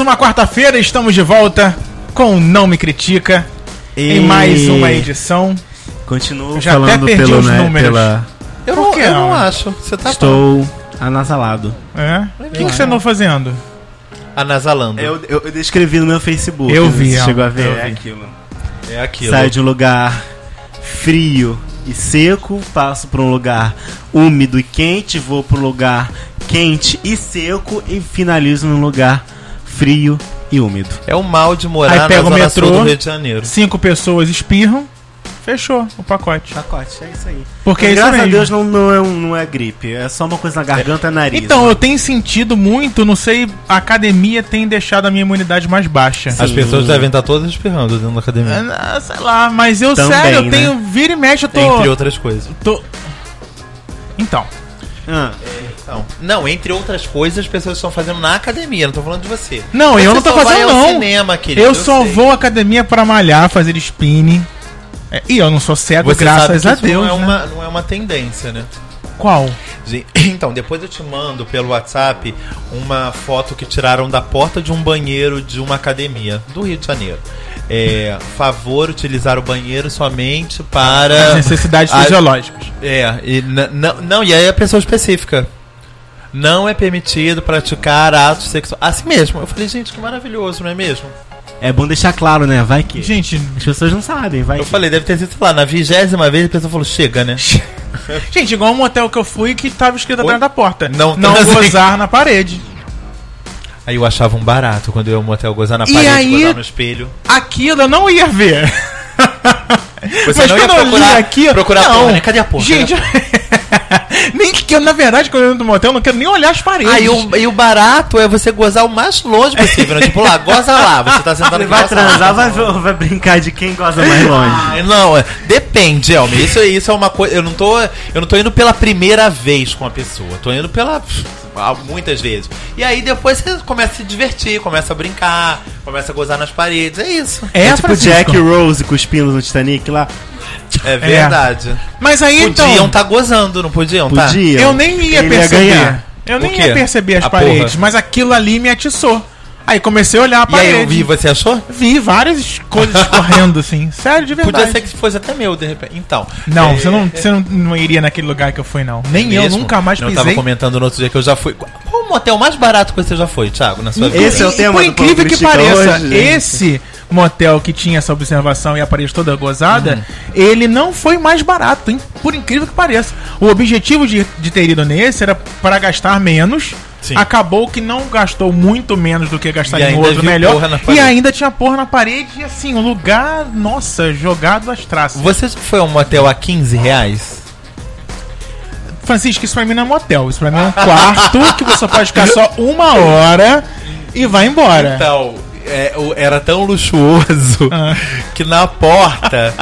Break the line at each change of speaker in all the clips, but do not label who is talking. uma quarta-feira, estamos de volta com Não Me Critica em
E-
mais uma edição.
Continuo
Já até
falando
perdi
pelo,
os
né,
números.
pela-
Eu,
Por
não,
que
eu
não?
não acho. Você tá
Estou anasalado.
É? O que que você andou fazendo?
anasalando.
Eu, eu, eu descrevi no meu Facebook.
Eu vi,
Você chegou a ver?
eu vi.
É aquilo.
É aquilo.
Saio de um lugar frio e seco, passo para um lugar úmido e quente, vou para um lugar quente e seco e finalizo num lugar frio e úmido.
É o mal de
Aí
morar na
pega o
zona
metrô.
sul do Rio de Janeiro.
Cinco pessoas espirram, fechou o pacote.
Pacote, é isso aí.
Porque é isso
graças
mesmo.
a Deus não, não, é, um- não é gripe, é só uma coisa na garganta e
é
nariz. né?
Então, eu tenho sentido muito, não sei, a academia tem deixado a minha imunidade mais baixa.
As pessoas devem estar todas espirrando dentro da academia.
Ah, Sei lá, mas eu,
Também,
sério, eu
né?
tenho. Vira e mexe, eu tô.
Entre outras coisas.
tô... Então,
Ah,
Então, não, entre outras coisas, as pessoas estão fazendo na academia. Não tô falando de você.
Não, eu
Você
não tô
só vai
fazendo,
ao
não.
cinema, querido.
eu só
sei.
vou à academia pra malhar, fazer spinning. É, e eu não sou cego,
Você
graças a
sabe que isso
Deus.
Não é,
né?
uma, não é uma tendência, né?
Qual?
Gente, Então, depois eu te mando pelo WhatsApp uma foto que tiraram da porta de um banheiro de uma academia do Rio de Janeiro. É, favor utilizar o banheiro somente para.
As necessidades
Ah,
fisiológicas.
É, e n- não, não, e aí é pessoa específica. Não é permitido praticar atos sexuais. Assim mesmo. Eu falei, gente, que maravilhoso, não é mesmo?
é bom deixar claro, né? Vai que.
Gente,
As pessoas não sabem, vai
Eu
que.
falei, deve ter sido, sei lá, na vigésima vez a pessoa falou, chega, né?
gente, igual um motel que eu fui que tava escrito atrás
Oi?
da porta.
Não
não
transem.
gozar na parede.
Aí eu achava um barato quando eu ia ao motel gozar na
E
parede,
aí-
gozar no espelho.
Aquilo eu não ia ver.
Você não ia
quando eu li
procurar-
aqui,
procurar
não.
porra, né? Cadê a porra?
Gente, nem que eu, na verdade, quando eu entro no motel, eu não quero nem olhar as paredes.
Aí o, e o barato é você gozar o mais longe possível, né? Tipo, lá, goza lá. Você tá sentado
Ele
aqui,
vai
goza
transar,
lá.
vai, vai brincar de quem goza mais longe.
Ah, Não, é- depende, Elmi. Isso, isso é uma coisa. Eu não tô. Eu não tô indo pela primeira vez com a pessoa. Tô indo pela. pff, há muitas vezes. E aí depois você começa a se divertir, começa a brincar, começa a gozar nas paredes. É isso.
é,
É tipo
Francisco.
Jack Rose cuspindo no Titanic lá.
É verdade.
Mas aí
Podiam
então.
estar gozando, não podiam, tá?
Podia.
Eu nem ia
Ele
perceber.
ganhar.
Eu nem
O quê?
ia perceber as
A
paredes,
porra.
mas aquilo ali me atiçou. Aí comecei a olhar a
E aí
parede.
eu vi, você achou?
Vi várias coisas correndo assim. Sério, de verdade.
Podia ser que fosse até meu, de repente. Então.
Não, você, não, você não, não iria naquele lugar que eu fui, não. Nem eu,
É mesmo?
nunca mais
Não, Eu tava
pisei.
comentando no outro dia que eu já fui. Qual o motel mais barato que você já foi, Thiago, na sua vida?
Esse é o
E
tema
Por
do
incrível
Pão
que
Crítica
pareça,
hoje, gente.
esse motel que tinha essa observação e a parede toda gozada,
Uhum.
ele não foi mais barato, hein? Por incrível que pareça. O objetivo de, de ter ido nesse era para gastar menos.
Sim.
Acabou que não gastou muito menos do que
E
gastaria em
ainda
outro
viu
melhor.
porra na
E
parede.
ainda tinha porra na parede e assim, o lugar, nossa, jogado às traças.
Você foi a um motel a 15 reais?
Francisco, isso pra mim não é motel, isso pra mim é um quarto que você pode ficar só uma hora e vai embora.
Então, é, o- era tão luxuoso
Ah.
que na porta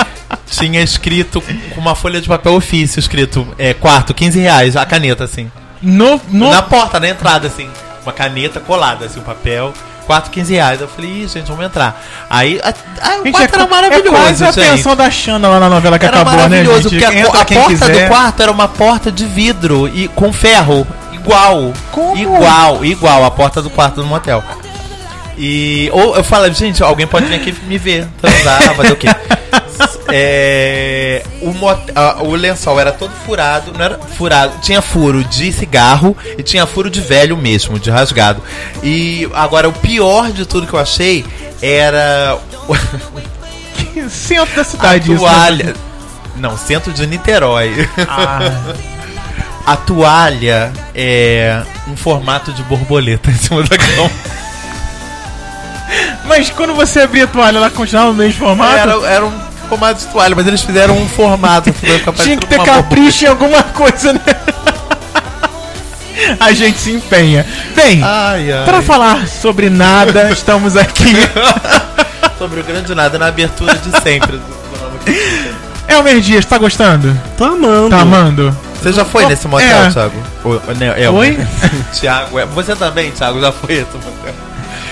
tinha escrito com uma folha de papel ofício escrito é, quarto, 15 reais, a caneta assim.
No, no-
Na porta, na entrada, assim, uma caneta colada, assim, um papel. 4, 15 reais. Eu falei, Ih, gente, vamos entrar. Aí, a, a, o
Gente,
quarto
é,
era maravilhoso.
É quase a
gente.
pensão da Xana lá na novela que
Era
acabou, né,
maravilhoso,
gente?
porque a,
Entra
a
quem
porta
quiser.
do quarto era uma porta de vidro e com ferro. Igual.
Como?
Igual, igual a porta do quarto do motel. E. Ou eu falo, gente, alguém pode vir aqui me ver. Transar, fazer o quê? É, o, mot- a- o lençol era todo furado, não era furado, tinha furo de cigarro e tinha furo de velho mesmo, de rasgado. E agora o pior de tudo que eu achei era
Que centro da
a
cidade, isso. né?
toalha. Não, centro de Niterói.
Ah,
A toalha é um formato de borboleta em cima da cama.
mas quando você abria a toalha, ela continuava no mesmo formato?
Era, era um formato de toalha, mas eles fizeram um formato. entendeu? Fica
Tinha que
parecendo
ter
uma
capricho em alguma coisa, né? A gente se empenha. Bem,
borboleta. Ai, ai.
pra falar sobre nada, estamos aqui.
Sobre o grande nada na abertura de sempre.
Elmer Dias, tá gostando?
Tô amando.
Tá amando?
Você já foi
Oh,
nesse motel,
é.
Thiago? O, né, é,
Oi?
Thiago, é, você também, Thiago, já foi esse motel?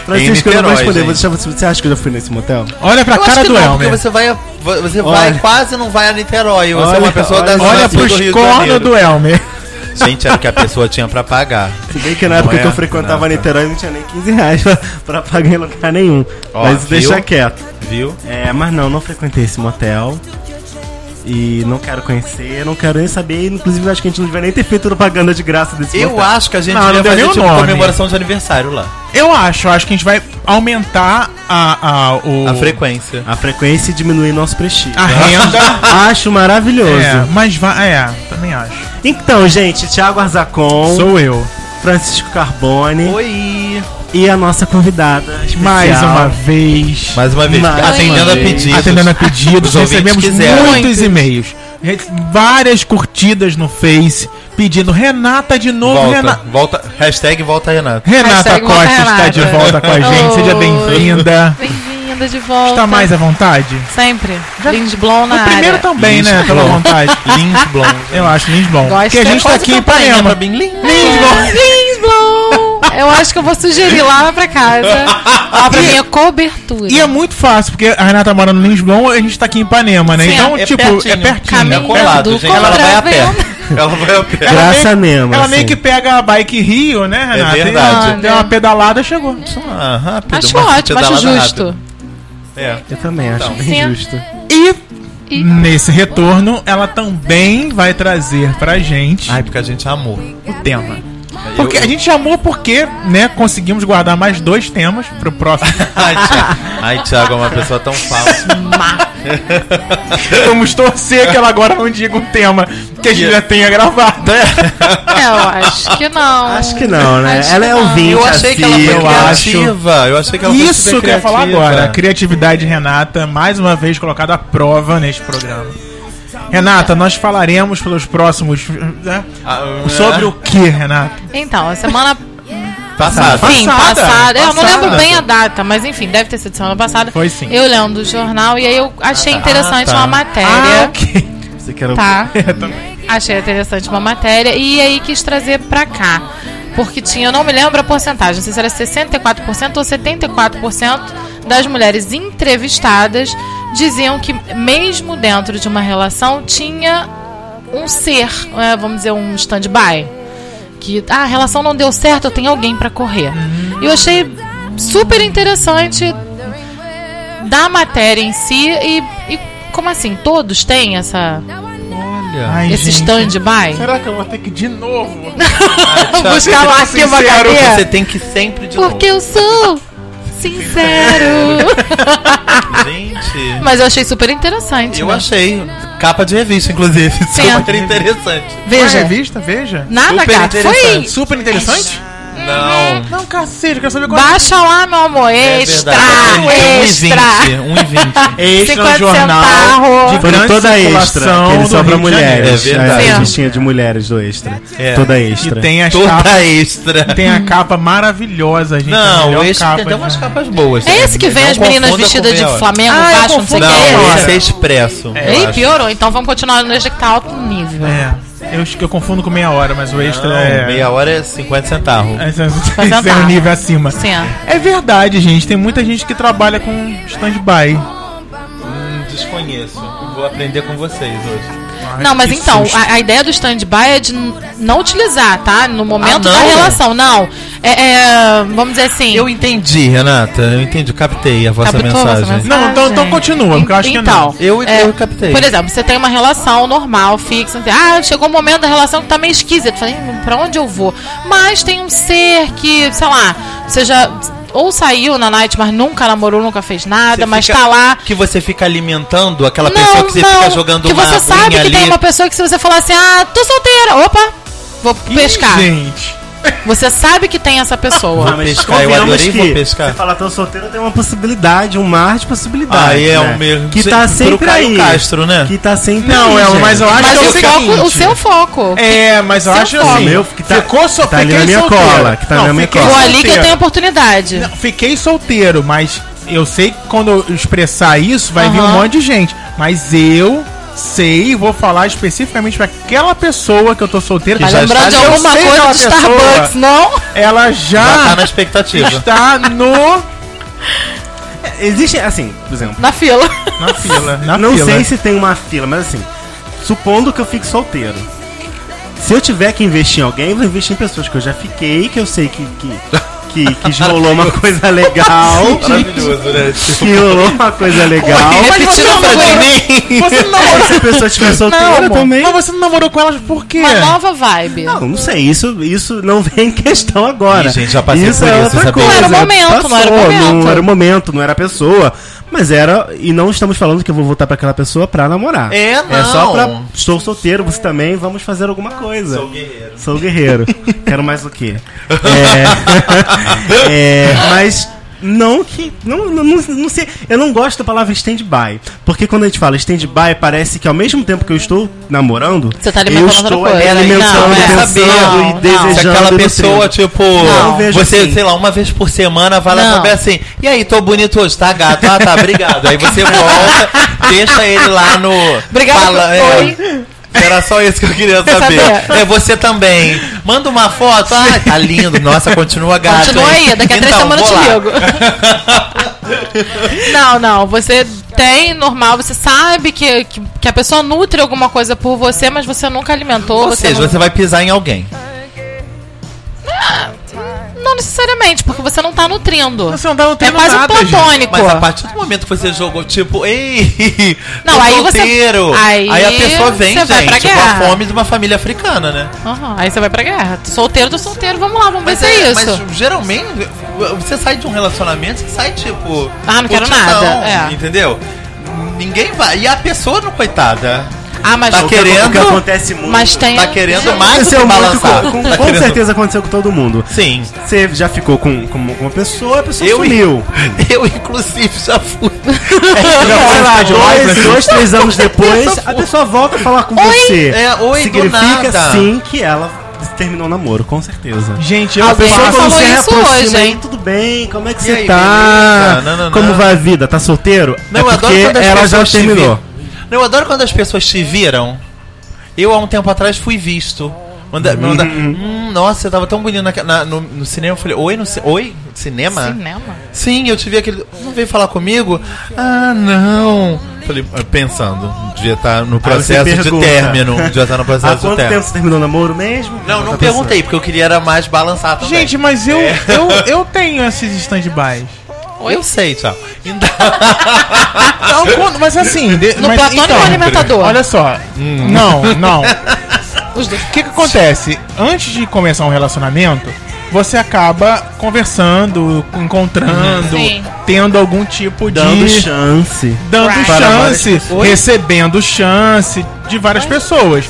Francisco,
Em
eu não vou
Niterói,
responder.
gente.
Vou deixar você. Você acha que eu já fui nesse motel?
Olha pra
Eu acho
cara
que
do
não, porque
Elmer.
você vai, você vai
Olha.
quase não vai a Niterói. Você é
Olha,
uma pessoa da
olha.
zona
Olha
sul
pros
assim, Rio de
cornos
Janeiro.
do Elmer.
Gente, era o que a pessoa tinha pra pagar.
Se bem que na
Não
época
é?
que eu frequentava
Não, tá.
Niterói não tinha nem 15 reais pra, pra pagar em lugar nenhum.
Ó,
mas
viu?
deixa quieto.
Viu?
É, mas não, não frequentei esse motel. E não quero conhecer, não quero nem saber. Inclusive, acho que a gente não devia nem ter feito propaganda de graça desse
Eu
motel.
acho que a gente
Não, não
devia
deu nem
fazer
o
tipo
nome.
comemoração de aniversário lá.
Eu acho, eu acho que a gente vai aumentar a, a, o,
A frequência.
A frequência e diminuir nosso prestígio.
a renda.
Acho maravilhoso.
é, mas vai. É, também acho.
Então, gente, Thiago Arzacon,
Sou eu.
Francisco Carbone
Oi!
e a nossa convidada especial.
Mais uma vez.
Mais uma vez,
Mais
atendendo
uma
a
vez.
pedidos.
Atendendo a pedidos,
Os ouvintes
recebemos
quiseram.
muitos e-mails. Re- Várias curtidas no Face pedindo Renata de novo.
Volta,
Renata,
volta, hashtag volta Renato.
Renata
Hashtag
Costa
volta,
está
Renata.
de volta com a gente. Seja
Oi.
bem-vinda.
Bem-vinda de volta.
Está mais à vontade?
Sempre. Lindblom na
o primeiro
área.
também, né?
Lisbon.
Pela vontade.
Lins Blond.
Eu acho, Lisbon.
Gosto.
Porque a gente tá
Quase
aqui em
campanha
Ipanema.
bem lindo.
É, Lindblom. Eu acho que eu vou sugerir lá pra casa. Lá pra minha cobertura.
E é muito fácil, porque a Renata mora no Lisbon e a gente tá aqui em Ipanema, né?
Sim,
então,
É
tipo,
pertinho.
é pertinho.
É
Caminho
colado,
do
gente. Ela vai a pé.
contravento.
Ela vai a pé.
Ela
Graça
meio-
mesmo,
Ela meio
assim.
que pega a bike Rio, né, Renata? E ela
verdade.
Deu uma pedalada e chegou.
Ah, rápido,
Acho
uma
ótimo, acho
pedalada
justo.
rápida. É.
Eu também acho
Então.
bem
Sim.
justo.
E, nesse retorno, ela também vai trazer pra gente
Ai, porque a gente amou.
o tema.
Eu-
Porque a gente chamou porque, né, conseguimos guardar mais dois temas pro próximo.
Ai, Thiago. Ai, Thiago, é uma pessoa tão falsa.
Vamos torcer que ela agora não diga um tema que a gente já tenha gravado.
É, eu acho que não.
Acho que não, né?
Acho
Ela
que
é
não.
ouvinte,
Eu achei que ela foi
assídua, eu acho.
criativa. Eu achei que ela foi
Isso
super
que eu ia falar
criativa. é.
agora. Criatividade, Renata, mais uma vez colocada à prova neste programa. Renata, nós falaremos pelos próximos. né,
Ah,
sobre o que, Renata?
Então, a semana
Passado.
Sim,
Passada.
passada. É, Eu não
Passada.
lembro bem a data, mas enfim, deve ter sido semana passada.
Foi sim.
Eu lendo o jornal e aí eu achei interessante
Ah, tá.
uma matéria.
ok.
Você quer um-
Tá.
Eu também.
Achei interessante uma matéria e aí quis trazer pra cá. Porque tinha, eu não me lembro a porcentagem, não sei se era 64% ou 74% das mulheres entrevistadas diziam que, mesmo dentro de uma relação, tinha um ser, né, vamos dizer, um stand-by. Que ah, a relação não deu certo, eu tenho alguém pra correr. E eu achei super interessante da matéria em si e, e como assim, todos têm essa,
Olha.
Ai,
esse
gente.
stand-by?
Será que eu vou ter que de novo?
Thiago,
buscar
você
lá
tá
aqui uma
sincero,
cadeia.
Você tem que ir sempre de
Porque eu sou sincero.
novo. Gente.
Mas eu achei super interessante.
Eu
né?
achei. Capa de revista, inclusive.
Sim.
Super interessante.
Uma
Veja.
revista, veja.
Nada,
Super
gato. Foi.
interessante. É
Super interessante?
Não.
Não, cacete, eu quero saber qual
Baixa lá, meu amor.
É
Extra.
verdade. É
extra.
Extra
1,20.
é um
50
jornal
centavos.
de
Foi
grande
toda extra,
circulação
que ele só
do
pra
Rio de Janeiro.
mulheres.
É verdade.
A revistinha de mulheres do extra.
É.
Toda extra.
E tem as capas.
Toda extra.
Tem a capa maravilhosa, gente. a
Não,
melhor
esse tem até
né?
umas capas boas. né?
É esse que vem
Não
as meninas
confunda
vestidas
com
de
meia.
Flamengo,
Ah, eu
baixo, não sei
confundo.
o
Não,
Flamengo.
que.
esse é expresso. eu
Ei,
acho.
piorou. Então vamos continuar no que tá alto nível.
É, eu, acho que eu confundo com meia hora, mas o extra
Não,
é.
Meia hora é 50 centavos.
Esse é- esse é
andar.
um nível acima.
Sim.
É verdade, gente. Tem muita gente que trabalha com stand-by.
Hum, Desconheço. Vou aprender com vocês hoje.
Não, mas
que
então,
susto.
a, a ideia do stand-by é de n- não utilizar, tá? No momento
Ah, não?
da relação, não. É, é, vamos dizer assim.
Eu entendi, Renata. Eu entendi. Captei a vossa
Captou a vossa
mensagem.
mensagem?
Não, então, então
gente.
continua, porque eu acho que não.
Então,
Eu,
É,
eu captei.
Por exemplo, você tem uma relação normal, fixa. não sei- Ah, chegou um momento da relação que tá meio esquisito. Falei, "Hum, pra onde eu vou? Mas tem um ser que, sei lá, você já. Ou saiu na night, mas nunca namorou, nunca fez nada,
Você
mas
fica-
tá lá.
Que você fica alimentando aquela
não,
pessoa que você
não,
fica jogando
que
uma
você sabe
aguinha
que
ali.
tem uma pessoa que se você falar assim, ah, tô solteira, opa, vou
Ih,
pescar.
Gente.
Você sabe que tem essa pessoa.
Ah, mas
pescar, eu
convenhamos
adorei,
que
vou pescar.
Se falar tão solteiro, tem uma possibilidade, um mar de possibilidades.
Aí é
né?
o mesmo.
Que tá
Pro
sempre
Caio
aí.
Castro, né?
Que tá sempre
Não,
aí,
é,
gente.
mas eu acho
mas
que é
o,
o seguinte.
foco, o seu foco.
É, mas eu
Seu
acho
foco.
assim.
Meu, que tá-
ficou só
que tá ali na
fiquei
minha
solteiro.
cola, que tá na
Não,
minha
fiquei
cola.
Vou
solteiro.
ali que eu tenho oportunidade. Tá
Não, Fiquei solteiro, mas eu sei que quando eu expressar isso vai vir um
Aham.
monte de gente. Mas eu sei, e vou falar especificamente pra aquela pessoa que eu tô solteiro.
Que
Tá
já
lembrando de
está- eu
alguma
sei
coisa
aquela
do
pessoa.
Starbucks, não?
Ela
Já tá na
já
expectativa.
está no
Existe, assim, por exemplo.
Na fila.
na fila. Na
não
fila.
sei se tem uma fila, mas assim. Supondo que eu fique solteiro. Se eu tiver que investir em alguém, eu vou investir em pessoas que eu já fiquei, que eu sei que. que... Que, que rolou uma coisa legal.
Maravilhoso, né?
Que rolou uma coisa legal.
Repetindo
não,
pra
agora-
mim.
Você não
É
namorou.
Se a pessoa estiver
Não,
solteira
amor,
também.
mas você não namorou com elas por quê?
Uma nova vibe.
Não, não sei, isso, isso não vem em questão agora. é
Ih, gente, já passei por isso,
outra
sabia?
coisa.
Não era o momento, não era o
Passou,
momento.
Não era o momento, não era a pessoa. Mas era, e não estamos falando que eu vou voltar pra aquela pessoa pra namorar.
É,
É só
não.
pra, estou solteiro, você também, vamos fazer alguma coisa.
Sou guerreiro.
Sou guerreiro. Quero mais o quê? É, é, mas não que. Não, não, não- não sei. Eu não gosto da palavra stand-by. Porque quando a gente fala stand-by, parece que ao mesmo tempo que eu estou namorando,
Você tá
eu
alimentando outra
estou
coisa.
alimentando,
Não, é.
pensando
Não, não.
e
Se
desejando.
aquela
e nutrindo.
pessoa, tipo,
Não, vejo
você,
assim.
sei lá, uma vez por semana vai lá
Não.
saber assim, e aí, tô bonito hoje, tá gato? Ah, tá, obrigado. Aí você volta, deixa ele lá no.
Obrigado, oi.
é, era só isso que eu queria
Quer
saber.
saber?
É você também. Manda uma foto. Ah, tá lindo. Nossa, continua gato.
Continua
hein?
aí, daqui a três
Então,
semanas eu
vou
te
lá.
ligo. não, não, você tem normal, você sabe que, que, que a pessoa nutre alguma coisa por você, mas você nunca alimentou.
Ou seja,
não,
você vai pisar em alguém.
não necessariamente, porque você não tá nutrindo.
Você não tá
é
nutrindo
quase um
nada, gente.
platônico.
Mas a partir do momento que você jogou, tipo, ei,
Não,
tô
aí você-
solteiro.
aí
aí a pessoa vem,
você vai pra
gente, com a
guerra.
fome de uma família africana, né?
Aham, aí você vai pra guerra. Tô Solteiro, tô solteiro, vamos lá, vamos ver se é, isso.
Mas geralmente, você sai de um relacionamento, você sai tipo.
Ah, não quero
curtidão,
nada, é.
Entendeu? Ninguém vai. E a pessoa, não, coitada,
ah, mas,
tá
O que-
querendo,
O que acontece muito.
mas tem.
tá querendo mais do que
aconteceu muito
balançar.
com, com,
Tá
com
querendo-
certeza aconteceu com todo mundo.
Sim.
Você já ficou com, com uma pessoa, a pessoa
Eu,
sumiu.
eu, inclusive, já fui. É
sei É, lá, dois, né? dois, três anos depois, a pessoa volta a falar com você.
É, oi, do
Significa
nada.
sim que ela terminou o namoro, com certeza.
Gente, eu
Ah, Alguém
faço.
falou
se
isso
aproxima,
hoje, hein?
Tudo bem, como é que
E
você
aí,
tá?
beleza? Não, não, não.
Como vai a vida? Tá solteiro?
Não, eu
é
adoro
porque
quando as
ela já
pessoas te
terminou.
vi- Não, eu adoro quando as pessoas te viram. Eu, há um tempo atrás, fui visto. Manda, me manda-
Uhum.
Hum, nossa, eu tava tão bonito naque- na- no, no cinema. Eu falei, oi, no, ci- oi? Cinema?
Cinema?
Sim, eu tive aquele. Não veio falar comigo? Ah, não. Falei, ah, pensando, devia estar no processo
Aí você
de
pergunta,
término. Devia estar no
Há
processo de
quanto
término.
tempo você terminou o namoro mesmo?
Não, não
Tá pensando.
perguntei, porque eu queria era mais balançar também.
Gente, mas eu, eu, eu tenho esses stand-bys.
eu sei, tchau. Então,
Não, quando- mas assim. de-
No
mas,
platônico ou alimentador?
Olha só. Não, não. O que, que acontece? Antes de começar um relacionamento, você acaba conversando, encontrando,
Sim.
tendo algum tipo
Dando
de.
chance.
dando
Right.
Para
chance,
várias
recebendo chance de várias pessoas.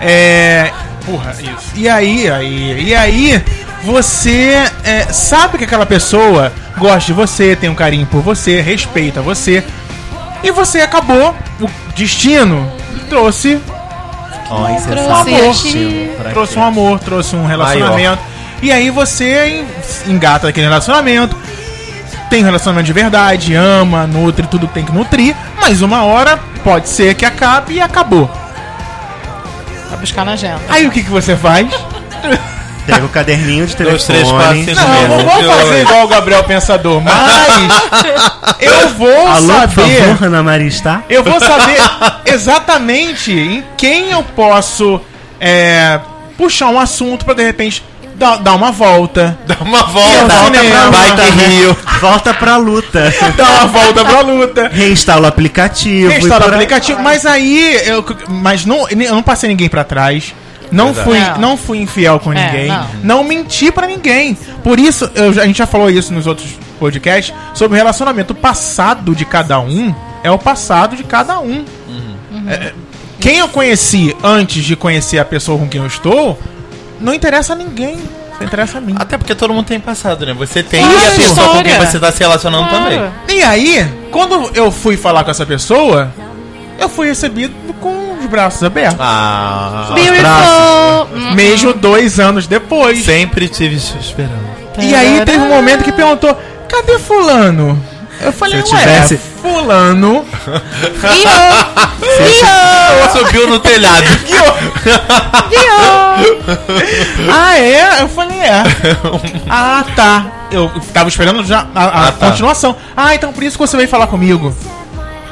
É. Porra, isso. E aí, aí, e aí, você é, sabe que aquela pessoa gosta de você, tem um carinho por você, respeita você. E você acabou, o destino trouxe,
Ó,
Trouxe
insensato.
aqui.
trouxe um amor, trouxe um relacionamento. E aí você en- engata aquele relacionamento, tem um relacionamento de verdade, ama, nutre tudo que tem que nutrir, mas uma hora pode ser que acabe e acabou.
Pra buscar na Tá agenda.
Aí o que, que você faz?
Pega o caderninho de telefone.
Dois, três, quatro,
É
cinco,
Não, eu não vou fazer igual o Gabriel Pensador, mas eu vou
Alô, por
saber.
favor, Ana Maria está?
Eu vou saber exatamente em quem eu posso é, puxar um assunto pra de repente dar, dar uma volta.
dá
é
uma
Eu
volta.
vou lembrar
É, Vai
uma-
que rio.
Volta pra luta.
Dar uma volta pra luta.
Reinstala o aplicativo. e
Restaura o
por aí-
aplicativo. Mas aí, eu, mas não, eu não passei ninguém pra trás. Não
Verdade.
fui,
Não.
não. fui infiel com
É,
ninguém.
não.
não. menti pra ninguém. Por isso, eu já- a gente já falou isso nos outros podcasts, sobre o relacionamento. O passado de cada um é o passado de cada um.
Uhum.
É, quem eu conheci antes de conhecer a pessoa com quem eu estou, não interessa a ninguém. Só interessa a mim.
Até porque todo mundo tem passado, né? Você tem e
Claro,
a pessoa com
história.
quem você tá se relacionando
Claro.
também.
E aí, quando eu fui falar com essa pessoa, eu fui recebido com os braços abertos.
Ah,
Beautiful! Hum,
Mesmo dois anos depois.
sempre tive esperando.
E aí teve um momento que perguntou: cadê Fulano? Eu falei,
Se eu
ué,
tivesse-
Fulano.
Ela subiu no telhado.
ah, é? Eu falei, é. ah, tá. Eu tava esperando já a, a
Ah, tá.
continuação. Ah, então por isso que você veio falar comigo.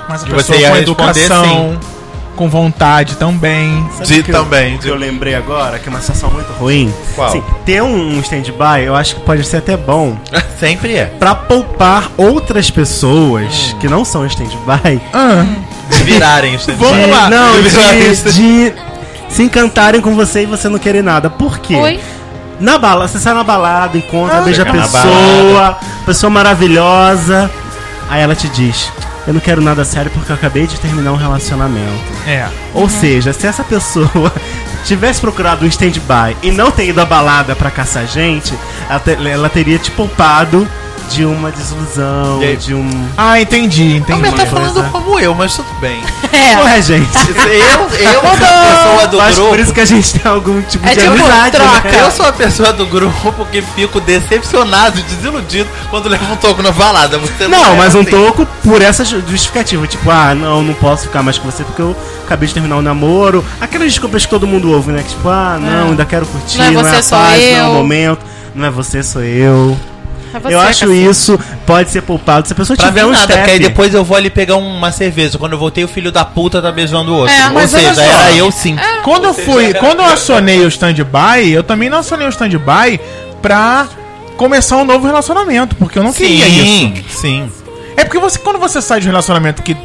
Mas a
E você ia responder, sim.
com vontade também.
Sabe
De
o que
também,
Eu, o que
de-
eu lembrei agora, que é uma sensação muito ruim.
Qual?
Assim, ter um um stand-by eu acho que pode ser até bom
Sempre é.
pra poupar outras pessoas que não são stand-by.
Ah,
Virarem os
Vamos
de-
lá.
Não,
Eu vi uma
de,
lista.
de se encantarem com você e você não querer nada. Por quê?
Oi?
Na balada, você sai na balada, encontra, beija a
Chega Ah, na
pessoa, pessoa maravilhosa. Aí ela te diz: Eu não quero nada sério porque eu acabei de terminar um relacionamento.
é.
Uhum.
Ou seja, se essa pessoa tivesse procurado um stand-by e não ter ido à balada pra caçar gente, ela, te- ela teria te poupado de uma desilusão,
E aí?
de um.
Ah, entendi, entendi.
Não, mas tá
coisa.
falando como eu, mas tudo bem.
É.
Ué, gente.
Eu, eu sou a pessoa do
Mas por
grupo.
isso que a gente tem algum tipo
É
de
tipo
amizade. né?
troca.
Eu sou a pessoa do grupo que fico decepcionado, desiludido quando leva um toco na balada. Você
Não,
é
mas um
assim.
toco por essa ju- justificativa. Tipo, ah, não, não posso ficar mais com você porque eu acabei de terminar o namoro. Aquelas desculpas que todo mundo ouve, né? Que tipo, ah, não, ainda quero curtir,
Não é você,
a
sou
não é
eu.
o momento. Não é você, sou eu.
É você,
eu acho
Cassio.
isso, pode ser poupado. Se a pessoa
Pra
tiver
ver
um
Tipo nada,
step...
porque
é.
aí depois eu vou ali pegar uma cerveja. Quando eu voltei, o filho da puta tá beijando o outro.
É,
Ou
mas É.
olha
seja,
só.
era eu sim.
Quando eu fui, quando eu acionei o stand-by, eu também não acionei o stand-by pra começar um novo relacionamento, porque eu não queria isso.
sim, sim.
É porque você, quando você sai de um relacionamento que,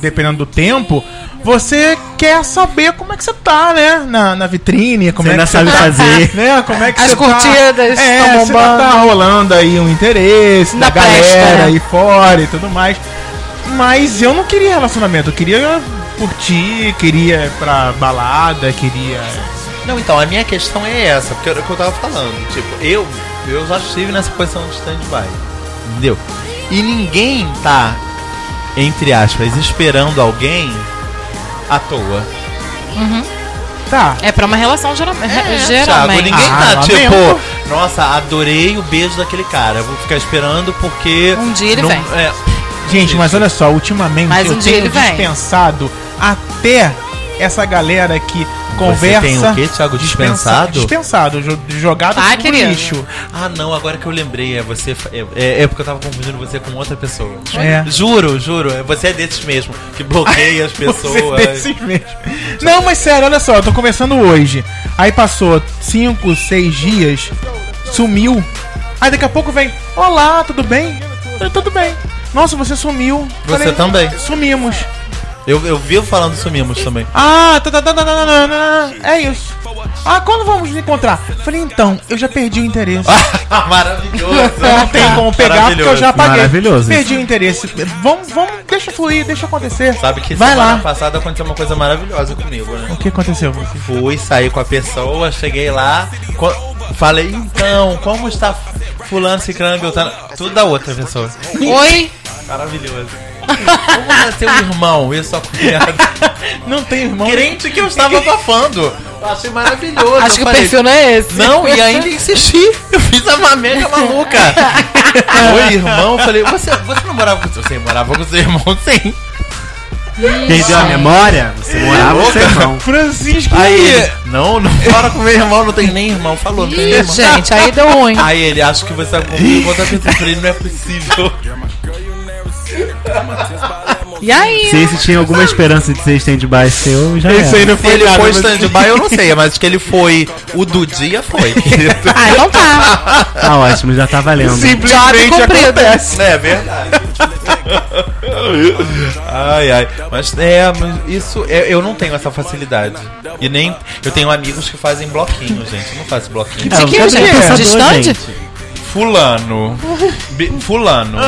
dependendo do tempo, você quer saber como é que você tá, né? Na, na vitrine, como
Você
é
ainda
que
sabe
tá,
fazer.
Né? Como é que
As
você
curtidas
tá... É,
tão
se ainda
bombando.
tá rolando aí um interesse
Na
da galera
festa.
aí fora e tudo mais. Mas eu não queria relacionamento, eu queria curtir, queria ir pra balada, queria...
Não, então, a minha questão é essa, porque era o que eu tava falando. Tipo, eu, eu já estive nessa posição de stand-by. Entendeu? E ninguém tá, entre aspas, esperando alguém à toa.
Tá.
É pra uma relação geralmente.
Thiago,
geralmente.
ninguém
Ah,
tá,
lamento.
tipo, nossa, adorei o beijo daquele cara. Vou ficar esperando porque.
Um dia ele
não-
vem.
é,
Gente, mas olha só, ultimamente
Mas
eu
um dia
tenho
ele vem.
dispensado até essa galera que conversa.
tem o quê, Thiago?
dispensa-
Dispensado?
Dispensado, jo- jogado
Ah,
tudo no
querido.
lixo.
Ah, não, agora que eu lembrei, é você. É, é- é porque eu tava confundindo você com outra pessoa.
É.
Juro, juro, é- você é desses mesmo, que bloqueia as pessoas.
Você é desses mesmo. Não, mas sério, olha só, eu tô começando hoje. Aí passou 5, 6 dias, sumiu. Aí daqui a pouco vem, olá, tudo bem? Falei, tudo bem. Nossa, você sumiu.
Você também.
Sumimos.
Eu, eu vivo falando sumimos também.
Ah, tá, tá, tá, tá, tá, tá, tá, tá, tá, é isso. Ah, quando vamos nos encontrar? Falei, então, eu já perdi o interesse.
Ah, Maravilhoso.
Não tem como pegar porque eu já paguei.
Maravilhoso
Perdi o interesse. Vamos, vamos, deixa fluir, deixa acontecer.
Sabe que
Vai
semana
lá.
passada aconteceu uma coisa maravilhosa comigo, né?
O que aconteceu com você?
Fui, saí com a pessoa, cheguei lá, co- falei, então, como está fulano, ciclano, beltrano? Tudo da outra pessoa.
Oi?
Maravilhoso. Como era seu irmão e sua cunhada?
Não tem irmão.
Crente que eu estava abafando. Eu achei maravilhoso.
Acho
eu
que o
falei,
perfil não é esse.
Não, e ainda insisti. Eu fiz a mameca maluca. Oi, irmão. Eu falei, você, você não morava com seu Você morava com seu irmão, sim.
Perdeu a memória? Você morava com seu irmão.
Francisco.
Aí, ele, não, não mora com meu irmão, não tem nem irmão. Falou, não tem nem
Ih,
irmão.
gente, aí deu ruim.
Aí ele, acho que você tá comigo outra pessoa. Eu falei, não é possível.
E aí?
Se esse tinha alguma esperança de ser stand-by seu, já era.
não
Se ele
nada,
foi
mas-
stand-by, eu não sei, mas que ele foi o do dia, foi.
Ah, então tá.
Tá ótimo, já tá valendo.
Simplesmente
Job cumprido.
acontece.
É verdade. ai, ai. Mas é, mas isso. é, eu não tenho essa facilidade. E nem. Eu tenho amigos que fazem bloquinho, gente. Eu não faço bloquinho.
É,
De que,
eu
gente?
pensador,
De stand?
gente.
Fulano. Bi- fulano.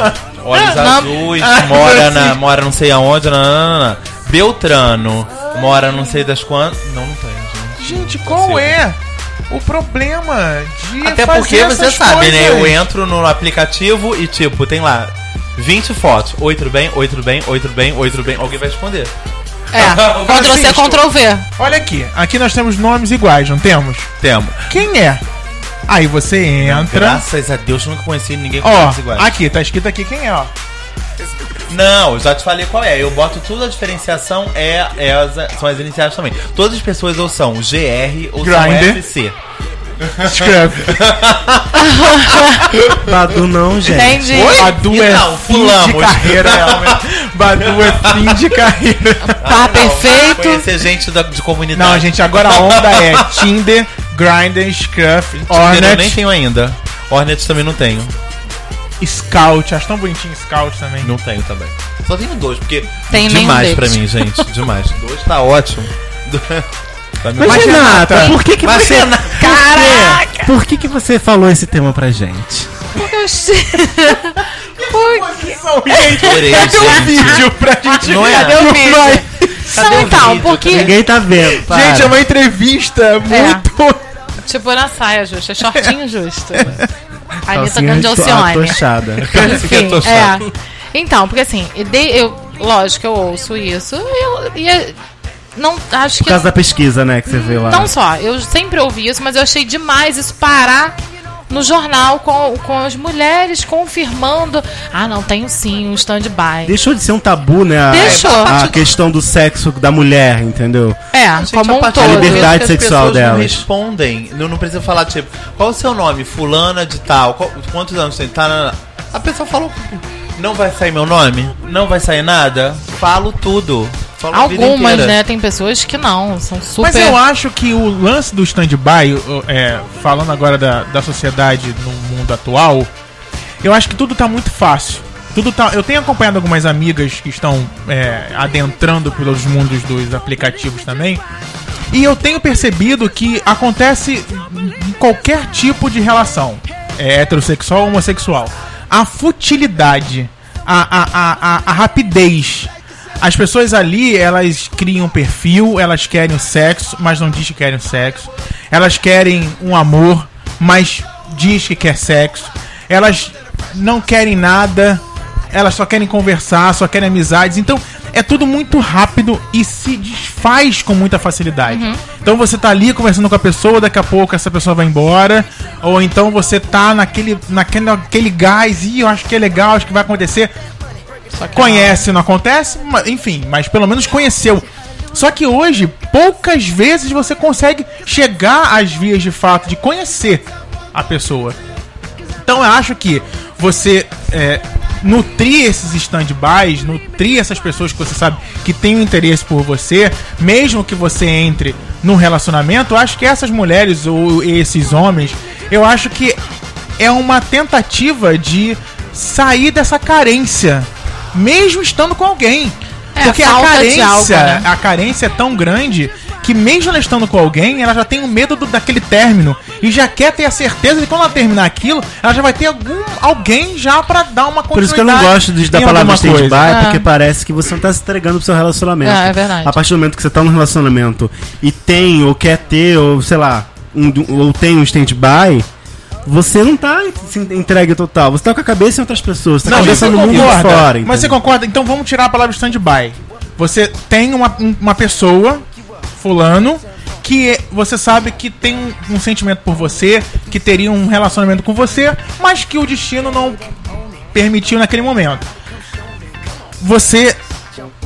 Olhos
Não.
azuis, mora na. Mora não sei aonde. nananana. Beltrano. Mora não sei das quantas. Não, não tenho. gente.
Gente, qual é o problema de
Até
fazer
porque você
essas
sabe, né?
coisas?
Eu entro no aplicativo e tipo, tem lá 20 fotos. Oi, tudo bem? Oi, tudo bem? Oi, tudo bem? Oi, tudo bem? Alguém vai responder.
É. Ctrl C,
Francisco.
Ctrl V.
Olha aqui, aqui nós temos nomes iguais, não temos?
Temos.
Quem é? Aí você entra.
Graças a Deus, nunca conheci ninguém com
Ó,
nomes iguais.
aqui, tá escrito aqui quem é, ó.
Não, eu já te falei qual é. Eu boto tudo a diferenciação, é, é as- são as iniciais também. Todas as pessoas ou são GR ou
Grindr.
são FC.
Scrap.
Badu não, gente.
Entendi. Ah,
Badu é
Não,
fim
pulamos.
de carreira, realmente. Badu é fim de carreira.
Tá perfeito.
Conhecer gente da- de comunidade.
Não, gente, agora a onda é Tinder, Grindr, Scruff,
Tinder Eu nem
Hornet,
tenho ainda. Hornet também não tenho.
Scout. Acho tão bonitinho Scout também.
Não tenho também. Só tenho dois, porque.
Tem nenhum
demais
deles.
pra mim, gente. Demais. dois tá ótimo. Tá me-
Mas,
Mas,
Renata,
Renata,
por que que
Mas,
você...
Renata,
Caraca! Por que que você falou esse tema pra gente?
Porque eu- Por quê?
Adorei,
Cadê o
gente.
um vídeo pra gente
Não é?
ver?
Cadê
o
Não
vídeo?
vai.
Não, então, porque.
Ninguém tá vendo, para.
Gente, é uma entrevista muito...
Tipo, na saia justa, shortinho justo. Anitta
Calcinha
Grande Alcione.
atochada.
Enfim,
Atochada.
é. Então, porque assim, eu dei- eu, lógico, eu ouço isso e eu, e eu não acho
Por
que.
causa da pesquisa, né, que você viu lá.
Não só, eu sempre ouvi isso, mas eu achei demais isso parar no jornal com, com as mulheres confirmando. Ah, não, tenho sim, um stand-by.
Deixou de ser um tabu, né? a-
Deixou.
A, questão do sexo da mulher, entendeu?
É,
Gente,
como
a
um
partir
todo.
do
A liberdade
momento que as
sexual
pessoas não
delas.
respondem. Eu não preciso falar, tipo, qual o seu nome? Fulana de tal. Qual- quantos anos tem? Tá, na- na- A pessoa falou, não vai sair meu nome? Não vai sair nada? Falo tudo. Falo a vida
Algumas,
inteira.
né? Tem pessoas que não, são super.
Mas eu acho que o lance do stand-by, o- é, falando agora da, da sociedade no mundo atual, eu acho que tudo tá muito fácil. Tudo tá, eu tenho acompanhado algumas amigas que estão é, adentrando pelos mundos dos aplicativos também. E eu tenho percebido que acontece em qualquer tipo de relação, é, heterossexual ou homossexual. A futilidade, a, a- a, a, a rapidez. As pessoas ali, elas criam um perfil, elas querem o sexo, mas não diz que querem o sexo. Elas querem um amor, mas diz que quer sexo. Elas não querem nada, elas só querem conversar, só querem amizades. Então, é tudo muito rápido e se desfaz com muita facilidade. Então, você tá ali conversando com a pessoa, daqui a pouco essa pessoa vai embora. Ou então você tá naquele, naquele, naquele gás, e eu acho que é legal, acho que vai acontecer. Conhece, não acontece, ma- enfim, mas pelo menos conheceu. Só que hoje, poucas vezes você consegue chegar às vias de fato de conhecer a pessoa. Então eu acho que você é, nutrir esses stand-bys, nutrir essas pessoas que você sabe que tem um interesse por você, mesmo que você entre num relacionamento, eu acho que essas mulheres ou esses homens, eu acho que é uma tentativa de sair dessa carência, mesmo estando com alguém.
É,
Porque a
falta de
carência,
algo, né?
a carência é tão grande que mesmo ela estando com alguém, ela já tem o medo do- daquele término e já quer ter a certeza de quando ela terminar aquilo, ela já vai ter algum alguém já pra dar uma continuidade.
Por isso que eu não gosto de dar
em
palavra
alguma
stand-by,
coisa. É. Ah,
porque parece que você não tá se entregando pro seu relacionamento.
É, é verdade.
A partir do momento que você tá num relacionamento e tem, ou quer ter, ou sei lá, um- ou tem um stand-by, você não tá se entregue total. Você tá com a cabeça em outras pessoas, você tá com a
Não,
cabeça
você
no mundo
concorda,
fora.
mas você
entendeu?
concorda? Então vamos tirar a palavra stand-by. Você tem uma, um- uma pessoa, fulano, que é- você sabe que tem um, um sentimento por você, que teria um relacionamento com você, mas que o destino não permitiu naquele momento. Você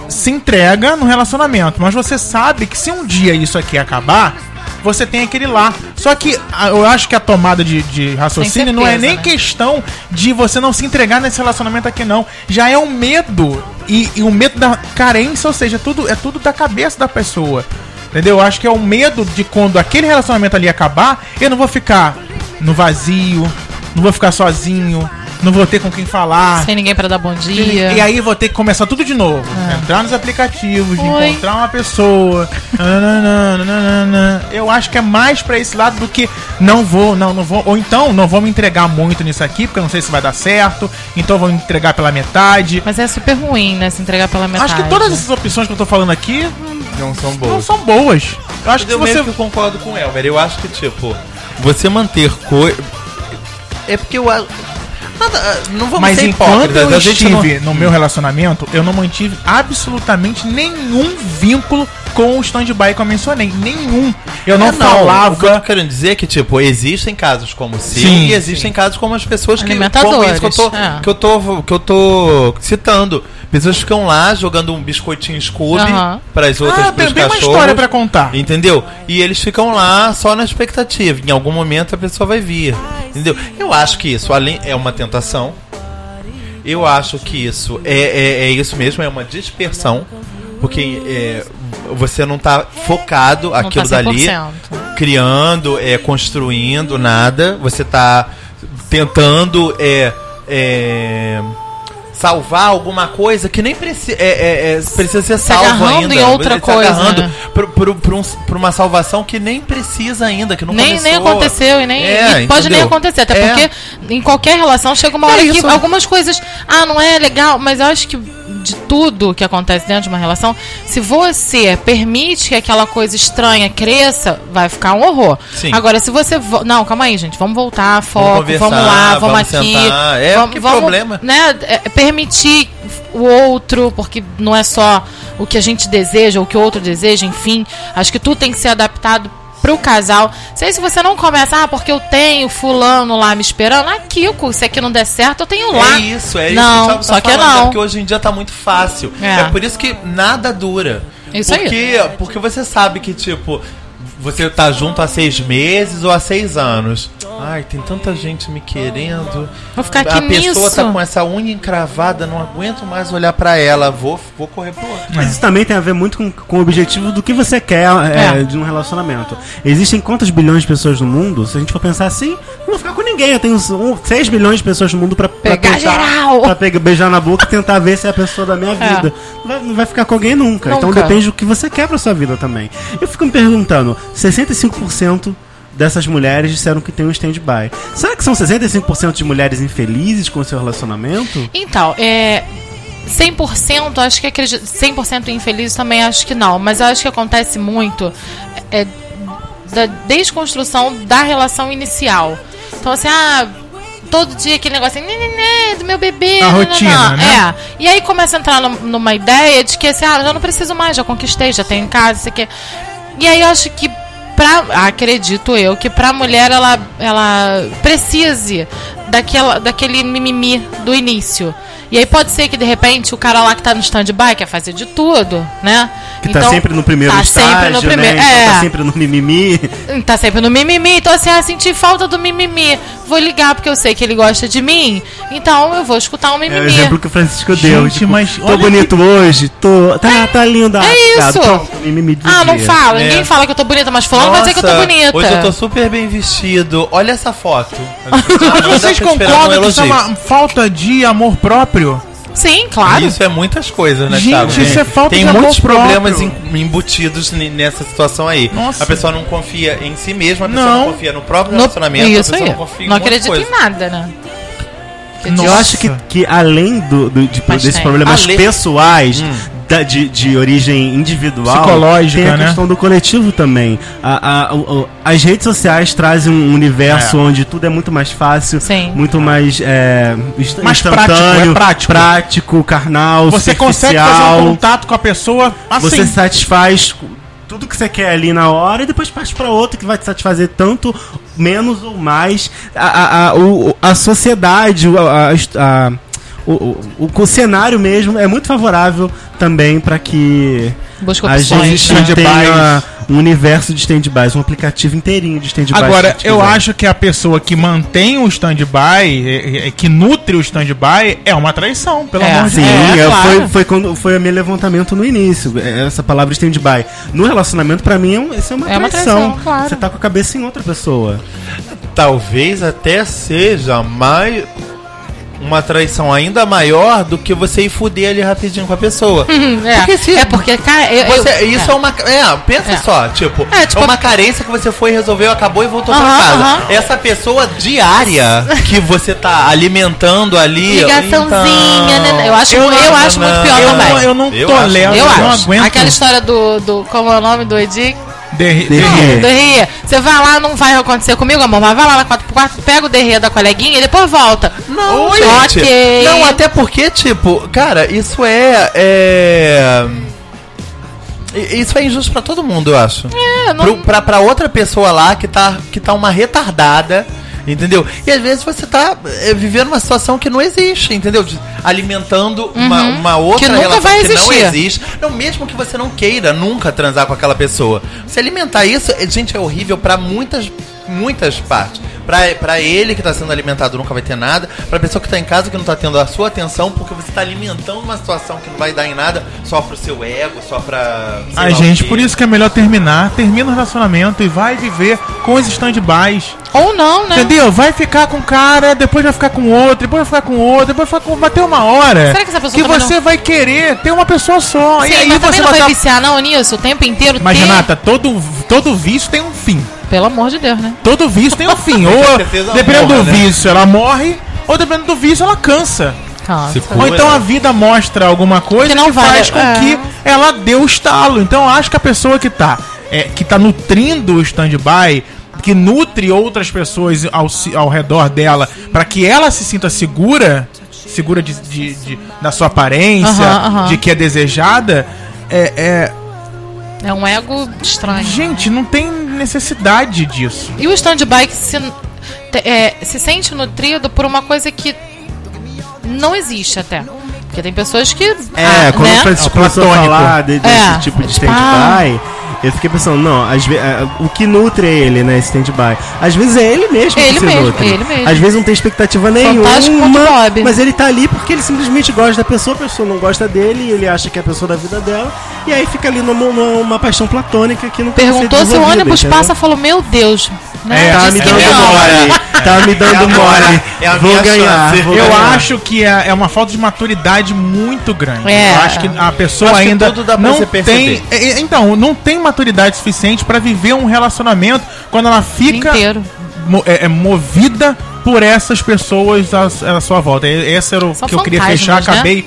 se entrega no relacionamento, mas você sabe que se um dia isso aqui acabar, você tem aquele lá. Só que a- eu acho que a tomada de, de raciocínio não é
certeza,
nem
né?
questão de você não se entregar nesse relacionamento aqui, não. Já é o medo e, e o medo da carência, ou seja, tudo, é tudo da cabeça da pessoa. Entendeu? Eu acho que é o medo de quando aquele relacionamento ali acabar, eu não vou ficar no vazio, não vou ficar sozinho, não vou ter com quem falar.
Sem ninguém pra dar bom dia.
E, e aí vou ter que começar tudo de novo. Entrar nos aplicativos, de
Ah. Oi.
encontrar uma pessoa. Nananã, nananã. Eu acho que é mais pra esse lado do que não vou, não, não vou. Ou então, não vou me entregar muito nisso aqui, porque eu não sei se vai dar certo. Então eu vou me entregar pela metade.
Mas é super ruim, né? Se entregar pela metade.
Acho que todas essas opções que eu tô falando aqui
Não são
não
boas.
são boas. Eu acho
Mas
que se
eu meio
você.
que concordo com o Elmer. Eu acho que, tipo, você manter coisa. É porque eu. a- Nada, não vamos
Mas
ser
enquanto
hipócritas.
eu
a gente não-
estive no meu relacionamento, eu não mantive absolutamente nenhum vínculo com o stand-by que eu mencionei. Nenhum. Eu não,
É, O que eu tô
falava.
querendo dizer é que, tipo, existem casos como o Ciro
Sim,
e existem casos como as pessoas que.
Alimentadores,
Como isso que eu tô,
é.
que eu tô, que eu tô citando. Pessoas que ficam lá jogando um biscoitinho Scooby
Aham.
para as outras
Ah,
pros
tem, tem uma
cachorros,
história pra contar.
Entendeu? E eles ficam lá só na expectativa. Em algum momento a pessoa vai vir. Entendeu? Eu acho que isso, além, é uma tentação. Eu acho que isso é, é, é isso mesmo, é uma dispersão. Porque é, você não tá focado aquilo
tá
dali,
100%.
criando, é, construindo nada. Você tá tentando é, é, salvar alguma coisa que nem preci é, é, é, precisa ser salva
agarrando
ainda.
em outra
Você tá
coisa,
agarrando
né?
pro- pro- pro um- pra uma salvação que nem precisa ainda, que não
nem,
começou.
nem aconteceu e nem
É,
e pode nem
entendeu?
acontcer, até
É.
porque em qualquer relação chega uma
É
hora que
isso.
algumas coisas, ah, não é legal, mas eu acho que de tudo que acontece dentro de uma relação, se você permite que aquela coisa estranha cresça, vai ficar um horror.
Sim.
Agora, se você. vo- Não, calma aí, gente, vamos voltar, foco, vamos,
conversar,
lá, vamos,
vamos
aqui.
sentar. É, que problema.
Né, é, permitir o outro, porque não é só o que a gente deseja, o que o outro deseja, enfim. Acho que tudo tem que ser adaptado pro casal. Sei se você não começa, ah, porque eu tenho fulano lá me esperando. Ah, Kiko, se aqui não der certo, eu tenho lá.
É isso, é
não,
isso que o Thiago
só
tá
que
falando,
não.
É porque hoje em dia tá muito fácil.
É.
É, por isso que nada dura.
Isso aí.
porque, Porque você sabe que, tipo, você tá junto há seis meses ou há seis anos. Ai, tem tanta gente me querendo.
Vou ficar aqui
A pessoa
nisso.
tá com essa unha encravada, não aguento mais olhar pra ela. Vou, vou correr pro
É.
outro.
Mas isso também tem a ver muito com, com o objetivo do que você quer é,
É.
de um relacionamento. Existem quantas bilhões de pessoas no mundo? Se a gente for pensar assim, eu não vou ficar com ninguém. Eu tenho 6 bilhões de pessoas no mundo pra, pra
Pegar
tentar-
geral.
Pra pegar, beijar na boca e tentar ver se é a pessoa da minha vida. Não, vai, não vai ficar com alguém nunca. Então
Nunca.
depende do que você quer pra sua vida também. Eu fico me perguntando, 65%. Dessas mulheres disseram que tem um stand-by. Será que são 65% de mulheres infelizes com o seu relacionamento?
Então, é 100% acho que acredito, 100% infeliz também acho que não, mas eu acho que acontece muito é, da desconstrução da relação inicial. Então assim, ah, todo dia aquele negócio assim, "Nê, nê, nê, do meu bebê,
A
nã, nã,
rotina,
nã."
né?
É. E aí começa a entrar num- numa ideia de que assim, ah, já não preciso mais, já conquistei, já tenho em casa, isso aqui. E aí eu acho que pra, acredito eu que pra mulher ela ela precise daquela daquele mimimi do início. E aí pode ser que de repente o cara lá que tá no stand-by quer fazer de tudo, né?
Que tá sempre no primeiro
tá
estágio,
sempre no primeiro,
né? Então
é.
tá sempre no mimimi.
Tá sempre no mimimi, então assim, ah, senti falta do mimimi. Vou ligar porque eu sei que ele gosta de mim, então eu vou escutar um
É o
mimimi.
exemplo que o Francisco
Gente,
deu. Tipo,
mas
tô
olha
bonito hoje, tô. Tá, tá linda.
é
Ah,
isso.
pronto, mimimi do
ah, não
dia.
fala,
É.
ninguém fala que eu tô bonita, mas fulano vai dizer que eu tô
Nossa,
bonita.
Hoje eu tô super bem vestido. Olha essa foto.
Mas vocês
um
concordam que isso é uma falta de amor próprio?
Sim, claro.
Isso é muitas coisas, né,
Gente,
Thiago?
isso é falta
Tem
de amor
muitos problemas
próprio.
em- embutidos ne- nessa situação aí.
Nossa.
A pessoa não confia em si mesma, a pessoa
Não.
não, confia no próprio
No-
relacionamento, a
isso
pessoa
aí.
não confia
Não
um monte de
acredito em
coisa.
nada, né? Que
Nossa.
Eu acho que, que além do, do- de-
Mas
desses
tem. Hum.
problemas
Ale-
pessoais, da- de, de origem individual,
Psicológica,
tem a
né?
questão do coletivo também. A- a- o- o- as redes sociais trazem um universo onde tudo é muito mais fácil,
Sim.
muito mais, é, inst-
Mais prático,
instantâneo,
é prático.
prático, carnal,
Você consegue fazer
superficial.
um contato com a pessoa assim.
Você satisfaz tudo que você quer ali na hora e depois parte pra outro que vai te satisfazer tanto menos ou mais. A, a, a, o- a sociedade, o- a- a- a- o, o, o cenário mesmo é muito favorável também pra que
Busca
a
opções.
gente
né?
stand-by.
tenha um universo de stand-bys, um aplicativo inteirinho de stand-bys. né? Tipo,
Agora,
se a gente é.
eu
quiser.
acho que a pessoa que mantém o stand-by, é, é, que nutre o stand-by, é uma traição, pelo
É.
amor de
Sim,
É,
eu-
claro.
foi, foi quando foi o meu levantamento no início. é, Essa palavra stand-by. No relacionamento, pra mim, é, um, isso é uma
É uma
traição.
traição, claro.
Você tá com a cabeça em outra pessoa.
Talvez até seja mais uma traição ainda maior do que você ir fuder ali rapidinho com a pessoa.
Hum, é.
Porque se-
é porque, cara, eu,
Você-
eu-
isso é. uma. É, pensa
É.
só, tipo,
É,
é,
tipo-
uma carência que você foi, resolveu, acabou e voltou pra
Aham,
casa.
aham.
Essa pessoa diária que você tá alimentando ali. então,
Ligaçãozinha, né? Eu acho- eu acho muito pior
Eu
também.
não, eu não
Eu acho
tolero,
muito
eu
Eu
não
acho.
aguento.
Aquela história do, do. Como é o nome do Edi?
Derri-
Derri-
derri-
É.
Derria. Você vai lá, não vai acontecer comigo, amor, mas vai lá na 4x4, pega o derria da coleguinha e depois volta.
Não,
Oi,
gente.
ok.
Não, até porque, tipo, cara, isso é. é... i- Isso é injusto pra todo mundo, eu acho.
É, não-
Pro- pra, pra outra pessoa lá que tá, que tá uma retardada, entendeu? E às vezes você tá é, vivendo uma situação que não existe, entendeu? De- Alimentando uma, uma outra
Uhum. Que nunca
relação
vai
que não
existir.
existe. Não, mesmo que você não queira nunca transar com aquela pessoa. Se alimentar isso, é- gente, é horrível pra muitas, muitas partes. Pra, pra ele que tá sendo alimentado nunca vai ter nada. Pra pessoa que tá em casa que não tá tendo a sua atenção, porque você tá alimentando uma situação que não vai dar em nada só pro seu ego, só pra. sei
Ai,
lá o
gente,
quê.
por isso que é melhor terminar. Termina o relacionamento e vai viver com os stand-bys.
Ou não, né?
Entendeu? Vai ficar com um cara, depois vai ficar com outro, depois vai ficar com outro, depois vai ficar com. Vai ter uma hora.
Será que essa pessoa também
você vai querer ter uma pessoa só.
Sim,
e aí
mas também
você
não
vai estar.
vai viciar não nisso o tempo inteiro.
Mas,
ter-
Renata, todo, todo vício tem um fim.
Pelo amor de Deus, né?
Todo vício tem um fim. Ou,
certeza
dependendo
morra,
do
né?
vício, ela morre, ou dependendo do vício, ela cansa.
Nossa.
Se
Ou
Boa,
então
né?
a vida mostra alguma coisa
Que
que,
não vale.
faz com
É.
que ela dê o estalo. Então eu acho que a pessoa que tá, é, que tá nutrindo o stand-by, que nutre outras pessoas ao, si- ao redor dela, pra que ela se sinta segura, segura de, de- de- da sua aparência,
Aham, aham.
de que é desejada, é- é,
É um ego estranho.
gente, não tem necessidade disso.
E o stand-by que se, te- é, se sente nutrido por uma coisa que não existe até. Porque tem pessoas que.
É,
ah,
quando
né?
o Francisco começou a
Platônico.
falar de- desse
É.
tipo de
Tipo, ah.
stand-by, eu fiquei pensando, não, às ve- ah, o que nutre ele, né, esse stand-by? Às vezes é ele mesmo
Ele
que se
mesmo,
nutre.
ele mesmo.
Às vezes não tem expectativa nenhuma,
Fantástico quanto Bob.
mas ele tá ali porque ele simplesmente gosta da pessoa, a pessoa não gosta dele, ele acha que é a pessoa da vida dela, e aí fica ali numa, numa paixão platônica que não
Perguntou se o ônibus passa, falou: Meu Deus. Né?
É,
Tá
Disse
me
que
dando
não.
mole, tá me
É a
dando
minha-
mole,
é a
vou
minha
ganhar.
chance.
vou
Eu
ganhar.
acho que é, é uma falta de maturidade muito grande.
É.
Eu acho que a pessoa
Eu acho que
ainda
tudo dá pra
não
você perceber.
tem, é, é, então não tem maturidade suficiente pra viver um relacionamento quando ela fica
Inteiro.
mo- é, é movida por essas pessoas à, à sua volta. E- Esse era o
São
que eu queria
fantasmas,
fechar,
né?
acabei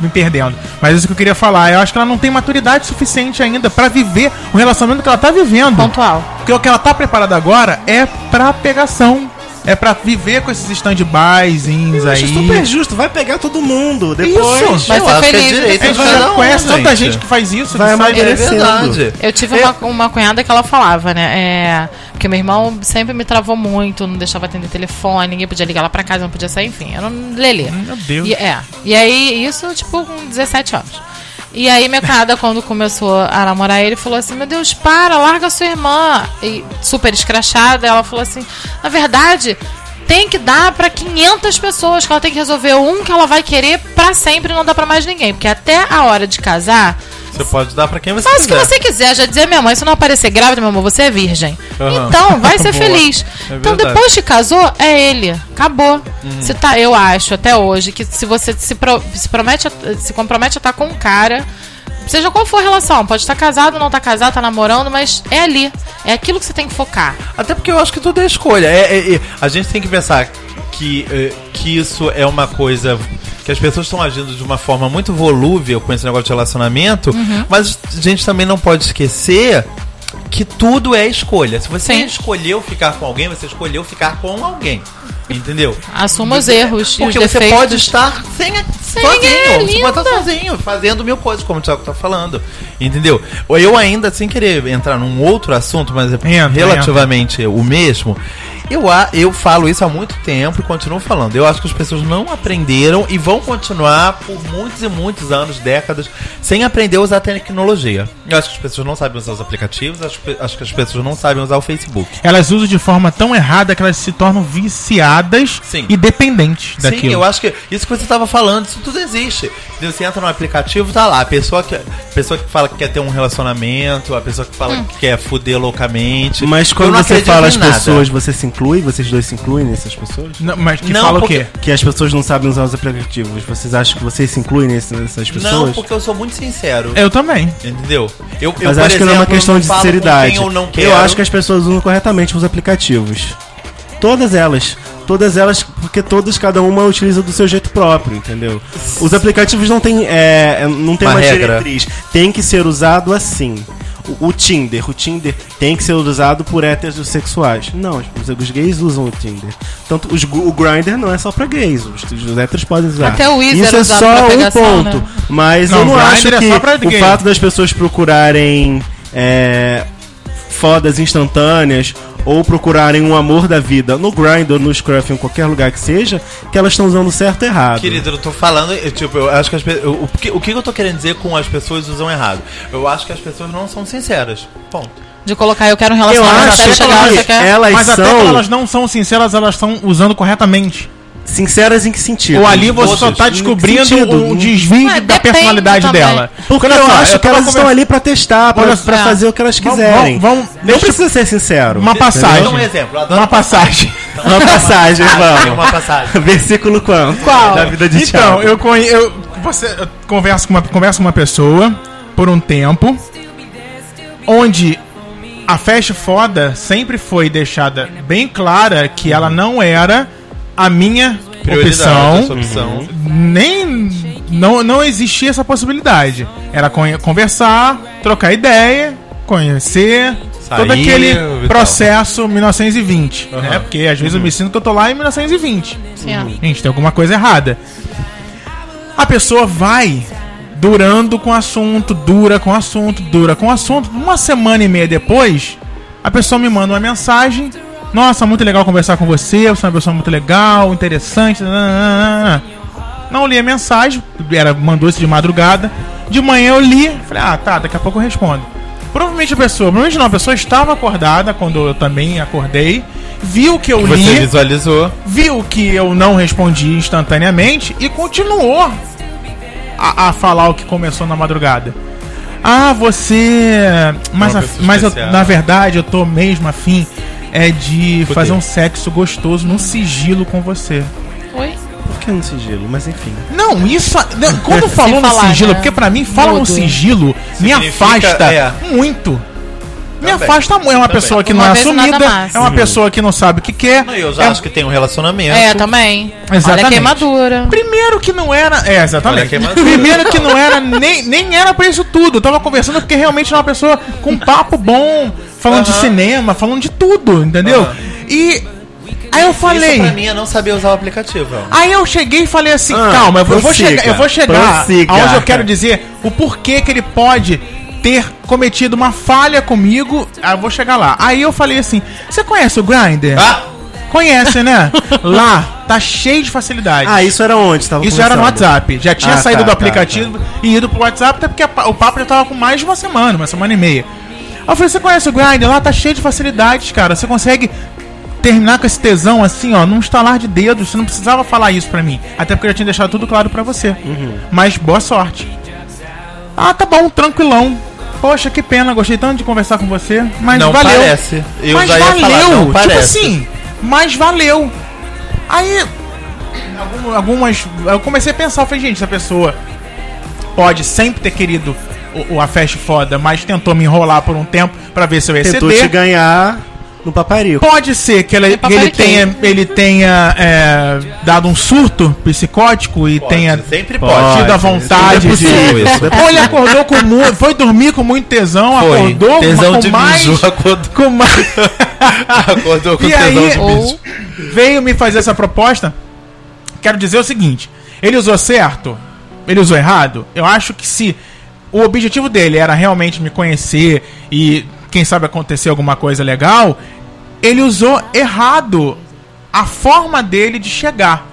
me perdendo. Mas isso que eu queria falar, eu acho que ela não tem maturidade suficiente ainda pra viver o relacionamento que ela tá vivendo.
Pontual.
Porque o que ela tá preparada agora é pra pegação. É pra viver com esses stand-byzinhos
Eu
aí.
acho super justo, vai pegar todo mundo, depois...
Isso.
Vai
Eu
ser
acho que é
feliz.
direito
A gente
Cada
já
um,
conhece
gente.
tanta gente que faz isso,
né, Vai
que sai
É
amadurecer.
desse-
verdade.
Eu tive
é
uma, uma cunhada que ela falava, né? É, porque meu irmão sempre me travou muito, não deixava atender telefone, ninguém podia ligar lá pra casa, não podia sair, enfim, era um lelê.
Meu Deus.
E, é. E aí, isso, tipo, com 17 anos. E aí, minha cunhada, quando começou a namorar ele, falou assim: Meu Deus, para, larga sua irmã. E super escrachada, ela falou assim: Na verdade. Tem que dar pra 500 pessoas, que ela tem que resolver um que ela vai querer pra sempre, não dá pra mais ninguém. Porque até a hora de casar,
Você pode dar pra quem você
Faz o que
quiser.
você quiser, já dizia minha mãe, se não aparecer grávida, meu amor, você é virgem.
Aham.
Então, vai ser
Boa.
feliz.
É
então,
verdade. Uhum.
depois que casou, é ele. Acabou. Você tá, eu acho, até hoje, que se você se, pro- se promete, a- se compromete a estar com um cara, seja qual for a relação, pode estar casado, não tá casado, tá namorando, mas é ali. É aquilo que você tem que focar.
Até porque eu acho que tudo é escolha. É, é- é- a gente tem que pensar que, é, que isso é uma coisa que as pessoas estão agindo de uma forma muito volúvel com esse negócio de relacionamento, mas a gente também não pode esquecer que tudo é escolha. Se você
Sim.
escolheu ficar com alguém, você escolheu ficar com alguém. Entendeu?
Assuma os erros e os
Porque você
defeitos.
pode estar sem,
Sem
sozinho.
tá? ninguém,
Você
linda.
pode estar sozinho, fazendo mil coisas, como o Thiago tá falando. Entendeu? Eu ainda, sem querer entrar num outro assunto, mas é
Entra,
relativamente o mesmo. Eu, a- eu falo isso há muito tempo e continuo falando. Eu acho que as pessoas não aprenderam e vão continuar por muitos e muitos anos, décadas, sem aprender a usar a tecnologia. Eu acho que as pessoas não sabem usar os aplicativos, acho, que- acho que as pessoas não sabem usar o Facebook.
Elas usam de forma tão errada que elas se tornam viciadas
Sim.
e dependentes daquilo.
Sim, eu acho que isso que você estava falando, isso tudo existe. Entendeu? Você entra no aplicativo, tá lá. A pessoa que, a pessoa que fala que quer ter um relacionamento, a pessoa que fala que quer fuder loucamente.
Mas
Tipo, Eu
quando
não
você
acredito
fala
em
as
nada.
pessoas, você se inclui? Vocês dois se incluem nessas pessoas?
Não, mas que
Não,
fala
porque-
o quê?
Que as pessoas não sabem usar os aplicativos. Vocês acham que vocês se incluem nesse- nessas pessoas? É.
Não, porque eu sou muito sincero.
Eu também.
Entendeu? Eu, eu,
Mas
por
acho que não é uma
exemplo,
questão de
falo com
sinceridade.
quem Eu, não quero.
eu acho que as pessoas usam corretamente os aplicativos. Todas elas. Todas elas, porque todas, cada uma utiliza do seu jeito próprio, entendeu? Os aplicativos não tem, é, não tem
Uma
uma,
regra.
diretriz. Tem que ser usado assim. o, o Tinder. O Tinder tem que ser usado por heterossexuais. Não, os, os gays usam o Tinder. Tanto os, o Grindr não é só pra gays, os, os héteros podem usar.
Até o Wizard
Isso é
usava
só
pra
um
pegação,
ponto.
né?
Mas
Não,
eu não
Grindr
acho
é
que
só pra
o
gay.
fato das pessoas procurarem é, fodas instantâneas ou procurarem um amor da vida no Grindr, no Scruff, em qualquer lugar que seja, que elas estão usando certo e errado.
Querido, eu tô falando, eu, tipo, eu acho que as pessoas. O, que- o que eu tô querendo dizer com as pessoas usam errado? Eu acho que as pessoas não são sinceras. Ponto.
De colocar eu quero um
eu
relacionamento
acho
sério, chegar,
é
que
você quer.
elas
Mas até
são
quando elas não são sinceras, elas estão usando corretamente.
sinceras em que sentido?
Ou ali você só
todos.
tá
Em que
descobrindo
sentido?
um desvio
Mas
da
depende
personalidade
também.
dela.
Porque
Olha
eu
só,
acho que
tava
elas estão
conversando-
ali pra testar, pra,
Olha só.
pra fazer o que elas
Vamos-
quiserem.
vamos- vamos-
não
deixa-
precisa ser sincero.
Uma passagem.
Dá um exemplo, eu adoro
Uma passagem.
Uma passagem,
Tem
vamos.
uma passagem.
Versículo quanto?
Qual?
Da vida de
Então,
Tiago.
eu, conhe- eu, você, eu converso, com uma, converso com uma pessoa por um tempo, onde a festa foda sempre foi deixada bem clara que ela não era a minha
Prioridade, essa é
opção.
opção.
Uhum.
Nem. Não, não existia essa possibilidade. Era con- conversar, trocar ideia, conhecer.
Sair,
todo aquele
e tal.
processo 1920, né?
Aham.
Porque às vezes eu me sinto que eu tô lá em 1920.
Sim, ó.
Gente, tem alguma coisa errada. A pessoa vai durando com o assunto, dura com o assunto, dura com o assunto. Uma semana e meia depois, a pessoa me manda uma mensagem. Nossa, muito legal conversar com você, você é uma pessoa muito legal, interessante. nananana. Não li a mensagem, era mandou isso de madrugada. De manhã eu li, falei, ah, tá, daqui a pouco eu respondo. Provavelmente a pessoa, provavelmente não, a pessoa estava acordada quando eu também acordei, viu que eu li
Você visualizou.
viu que eu não respondi instantaneamente e continuou a, a falar o que começou na madrugada. Ah, você. Mas,
Uma
a-
pessoa
mas eu-
especial.
na verdade eu tô mesmo afim é de
Fudeu.
fazer um sexo gostoso no sigilo com você.
Oi?
Por que no sigilo? Mas enfim.
Não, isso. não, Quando falou no
falar,
sigilo,
né?
porque pra mim, fala no
Mudo.
sigilo me
Significa-
afasta
é.
muito. Me
Também.
afasta muito. É uma
Também.
pessoa que
Uma
não é
vez nada
assumida,
mais.
é uma pessoa que não sabe o que quer.
Não, eu já
é-
acho que tem um relacionamento.
É, também. Olha
Exatamente.
a queimadura.
Primeiro que não era. É,
Olha
exatamente.
que maneiro.
Primeiro que não era, nem, nem era pra isso tudo. Eu tava conversando porque realmente era uma pessoa com um papo bom, falando de
Aham.
cinema, falando de tudo, entendeu?
Aham.
E. Aí eu falei.
Isso pra mim é não saber usar o aplicativo. é um-
Aí eu cheguei e falei assim,
Ah,
calma, eu vou, eu vou
prossiga,
chegar, eu vou chegar
prossiga.
aonde eu quero dizer o porquê que ele pode ter cometido uma falha comigo. Aí eu vou chegar lá. Aí eu falei assim, você conhece o Grindr?
Ah!
Conhece, né? lá, tá cheio de facilidade.
Ah, isso era onde? Tava
Isso era no
conversando.
WhatsApp. Já tinha
Ah,
saído
tá,
do
tá,
aplicativo e ido pro WhatsApp, até porque a pa- o papo já tava com mais de uma semana, uma semana e meia. Aí eu falei, você conhece o Grindr? Lá tá cheio de facilidades, cara. Você consegue terminar com esse tesão assim, ó, num estalar de dedos. Você não precisava falar isso pra mim. Até porque eu já tinha deixado tudo claro pra você.
Uhum.
Mas boa sorte. Ah, tá bom, tranquilão. Poxa, que pena, gostei tanto de conversar com você. Mas
não
valeu.
parece. Eu
mas
já ia
valeu.
falar, não
tipo
parece.
assim, mas valeu. Aí, algum- algumas. Eu comecei a pensar, eu falei, gente, essa pessoa pode sempre ter querido o, o- a festa foda, mas tentou me enrolar por um tempo pra ver se eu ia
Tentou te
ceder.
ganhar no paparico.
Pode ser que, ela-
É
que ele
papariquei.
tenha, ele tenha é, dado um surto psicótico e
Pode,
tenha
sempre
pode,
pode.
tido a vontade
Tudo é
de.
possível
isso.
Ou ele acordou com muito. Foi dormir com muito tesão,
Foi.
acordou
Tesão
com
de
mais.
mijo, acordou.
Com mais.
Acordou com
E
tesão
aí,
de bicho.
Ou.
veio me fazer essa proposta, quero dizer o seguinte: ele usou certo? Ele usou errado? Eu acho que se o objetivo dele era realmente me conhecer e, quem sabe, acontecer alguma coisa legal, ele usou errado a forma dele de chegar.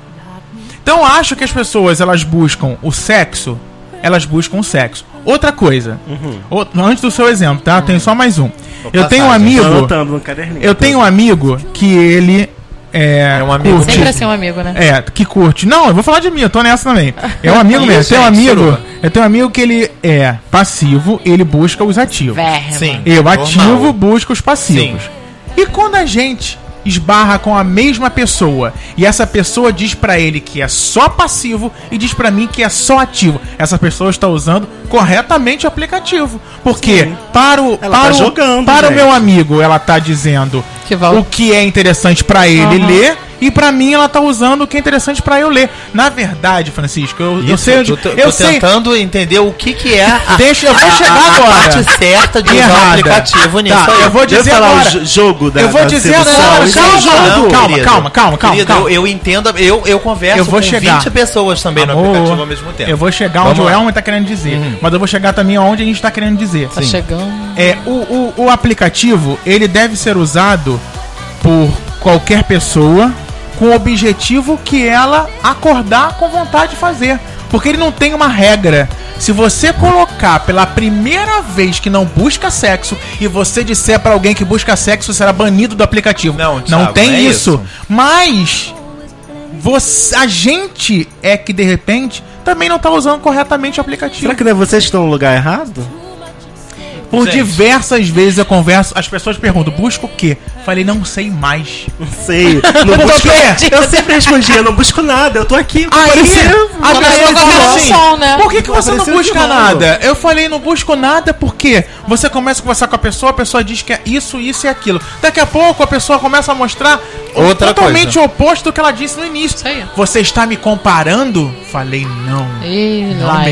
Então eu acho que as pessoas elas buscam o sexo, elas buscam o sexo. Outra coisa,
Uhum.
o- antes do seu exemplo, tá? Tem só mais um. eu tenho um
passar,
Tô
amigo.
anotando no caderninho.
Eu tenho um amigo que ele é,
É um amigo
curte-
Sempre assim um amigo, né?
É, que curte. Não, eu vou falar de mim, eu tô nessa também. É um amigo mesmo.
Isso,
Tem um
gente,
amigo.
suruba.
Eu tenho um amigo que ele é passivo, ele busca os ativos.
Verba.
Sim.
Eu
normal.
ativo, busco os passivos.
Sim.
E quando a gente esbarra com a mesma pessoa e essa pessoa diz pra ele que é só passivo e diz pra mim que é só ativo, essa pessoa está usando corretamente o aplicativo. Porque para o
Ela
para
tá
o-
jogando,
para o
gente.
meu amigo, ela tá dizendo
Que val-
o que é interessante pra ele
Aham.
ler E pra mim ela tá usando o que é interessante pra eu ler. Na verdade, Francisco, eu, eu sei onde.
eu tô,
eu
tô
sei.
tentando entender o que que é a,
Deixa, eu vou chegar
a
agora.
parte certa de usar o
Errada.
aplicativo nisso
Tá,
aí.
eu vou
Deve
dizer
falar
agora.
o jo- jogo da
eu vou
da
dizer
sedução.
agora,
Isso é
calma,
um jogo.
calma, calma, calma, calma, calma,
Querido,
calma.
Eu, eu entendo, eu, eu converso
Eu vou
com
chegar.
20 pessoas também no
Amor,
aplicativo ao mesmo tempo.
Eu vou chegar
Vamos
onde o
lá. Uhum.
Elmer tá querendo dizer. Mas eu vou chegar também onde a gente tá querendo dizer.
Tá chegando.
É, o, o, o aplicativo, ele deve ser usado por qualquer pessoa com o objetivo que ela acordar com vontade de fazer. Porque ele não tem uma regra. Se você colocar pela primeira vez que não busca sexo e você disser pra alguém que busca sexo, será banido do aplicativo.
Não,
não
Thiago,
tem
não é
isso.
isso.
Mas você, a gente é que de repente também não tá usando corretamente o aplicativo.
Será que não é vocês que estão no lugar errado?
Por
Gente.
diversas vezes eu converso, as pessoas perguntam, busca o quê? Falei, não sei mais.
Não sei.
Por
Não busco. É,
quê?
Eu sempre respondi, eu não busco nada, eu tô aqui.
Aí,
apareceu.
as pessoas
Apareceu qualquer
falam assim,
opção, né?
por que, que você não
Apareceu de
busca
novo.
nada? Eu falei, não busco nada porque você começa a conversar com a pessoa, a pessoa diz que é isso, isso e aquilo. Daqui a pouco a pessoa começa a mostrar
Outra
totalmente o oposto do que ela disse no início.
Isso aí.
Você está me comparando? Falei, não.
Ih,
Não
laia.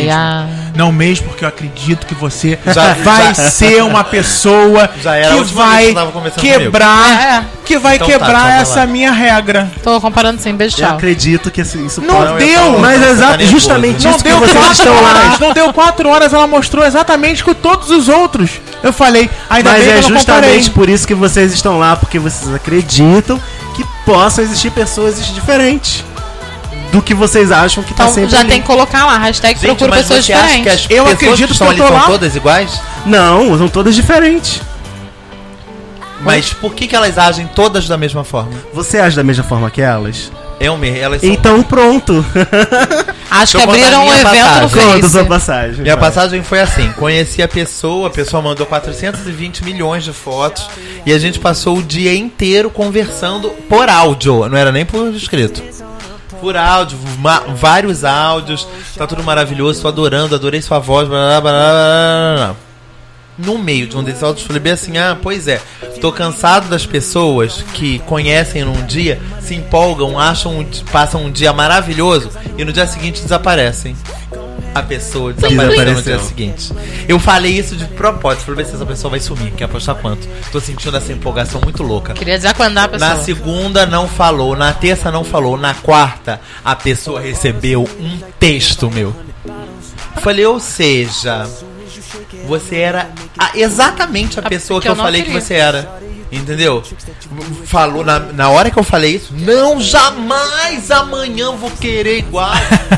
mesmo. Não mesmo, porque eu acredito que você
Já-
vai
já-
ser uma pessoa
Já era a
que
última vez
vai
que tava conversando
quebrar,
comigo.
que vai
Então tá,
quebrar
então vai
essa
lá.
minha regra.
Tô comparando sem beijo,
Eu
tchau.
acredito que isso, isso
Não
pode-
deu,
Mas
tá
exato,
nervoso,
justamente
Não
né?
isso que
deu,
vocês
quatro
estão lá.
horas, não deu quatro horas, ela mostrou exatamente com todos os outros. Eu falei, ainda
Mas
bem
é
que eu não
justamente
comparei.
por isso que vocês estão lá, porque vocês acreditam que possam existir pessoas diferentes do que vocês acham que tá
Então
sempre
já
ali.
tem que colocar lá, hashtag procura pessoas diferentes.
as
Eu
pessoas
acredito
que estão
que
ali
eu tô
são
lá.
todas iguais?
Não, são todas diferentes.
Mas por que, que elas agem todas da mesma forma?
Você age da mesma forma que elas?
Elmer, elas são...
Então pronto.
Deixa
Acho
eu
que
contar
abriram um
minha
evento no
passagem.
Conta sua
Face.
passagem.
Minha
vai.
passagem foi assim: conheci a pessoa, a pessoa mandou 420 milhões de fotos e a gente passou o dia inteiro conversando por áudio, não era nem por escrito. Por áudio, ma- vários áudios, tá tudo maravilhoso, tô adorando, adorei sua voz, blá blá blá blá, blá, blá, blá. No meio de um desses áudios, falei bem assim: ah, pois é, tô cansado das pessoas que conhecem num dia, se empolgam, acham, um di- passam um dia maravilhoso e no dia seguinte desaparecem. A pessoa desapareceu no
Desapareceu.
dia seguinte. Eu falei isso de propósito, falei ver se essa pessoa vai sumir, quer apostar quanto. Tô sentindo essa empolgação muito louca.
Queria desacuandar a
Na
pessoa.
segunda não falou, na terça não falou, na quarta a pessoa recebeu um texto meu. Falei, ou seja, você era a- exatamente a
A-
pessoa
que
que
eu
eu
não
falei
queria.
que você era. Entendeu? Falou na, na hora que eu falei isso, não, jamais amanhã vou querer igual.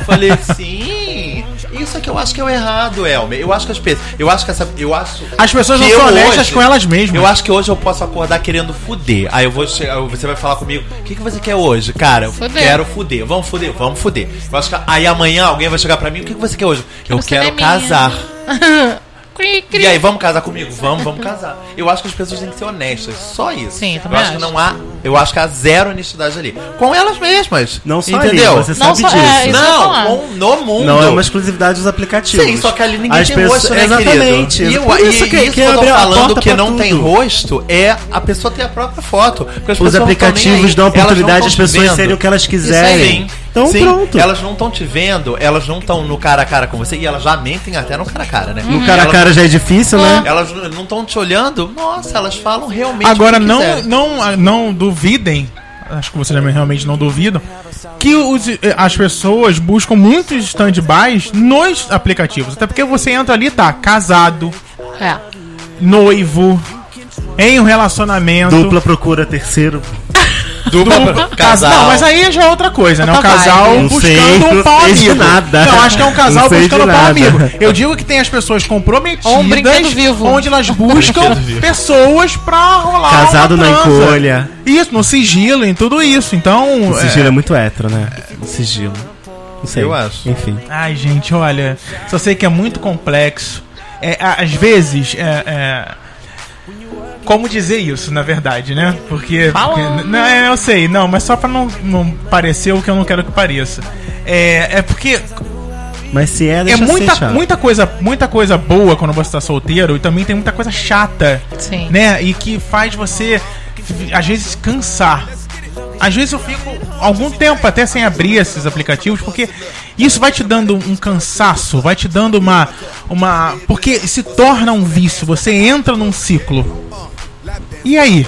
falei, sim. Isso é que eu acho que é o errado, Elmer. Eu acho que as pessoas. Eu acho que essa. Eu acho.
As pessoas não
que
são
eu
honestas
hoje-
com elas mesmas.
Eu acho que hoje eu posso acordar querendo fuder. Aí eu vou chegar, você vai falar comigo, o que, que você quer hoje, cara? Eu
Fuder.
quero fuder, vamos fuder, vamos fuder. Eu acho que aí amanhã alguém vai chegar pra mim, o que, que você quer hoje? eu
ser
quero
é minha.
casar.
Cri, cri.
E aí, vamos casar comigo? Vamos, vamos casar. Eu acho que as pessoas têm que ser honestas, só isso.
Sim,
eu
também
acho que não há, eu acho que há zero honestidade ali. Com elas mesmas.
Não só
entendeu?
ali, você
Não
sabe
só-
disso.
é, isso-
Não,
falar.
com- no mundo.
Não é uma exclusividade dos aplicativos.
Sim, só que ali ninguém
As
tem
pessoas-
rosto, né,
Exatamente.
querido? E,
Por
eu, e isso que, eu tô
abre a
falando
porta
que
pra
não
tudo.
tem rosto é a pessoa ter a própria foto. porque as pessoas
Os
não tão nem
aplicativos
aí,
dão
elas não
oportunidade
tão
às
te
pessoas
vendo.
serem o que elas
aí.
quiserem.
Sim,
Então
sim.
pronto.
Elas não estão te vendo, elas não estão no cara a cara com você e elas já mentem até no cara a cara, né?
O cara a cara já é difícil, né?
Elas elas não estão te olhando, nossa, elas falam realmente.
Agora
o que
não,
quiserem.
não, ah, não duvidem, acho que vocês realmente não duvidam, que os- eh, as pessoas buscam muitos stand-bys nos aplicativos. Até porque você entra ali, tá casado,
É.
noivo, em um relacionamento.
Dupla procura terceiro.
Dupla,
casal.
Não, mas aí já é outra coisa, né? Um
Outra
casal
vibe.
Não
buscando
sei,
um
não
pau
sei de
amigo.
nada.
Não, acho que é um casal
Não sei de
buscando um pau
nada.
amigo. Eu digo que tem as pessoas comprometidas,
Ou um brinquedo vivo.
onde elas buscam pessoas pra rolar
Casado
uma
na
transa.
encolha.
Isso, no sigilo, em tudo isso. Então.
O
é-
sigilo é, muito hétero, né? O sigilo. Não sei.
Eu acho.
Enfim.
Ai, gente, olha, só sei que é muito complexo. É, a- às vezes, é, é, como dizer isso, na verdade, né? Porque,
Fala.
porque- não, é, eu sei, não, mas só pra não, não parecer o que eu não quero que pareça. É, é porque
Mas se é,
é
deixa ser,
muita,
Thiago.
muita coisa, muita coisa boa quando você tá solteiro e também tem muita coisa chata,
Sim.
né? E que faz você às vezes cansar. às vezes eu fico algum tempo até sem abrir esses aplicativos, porque isso vai te dando um cansaço, vai te dando uma. uma porque se torna um vício, você entra num ciclo. E aí?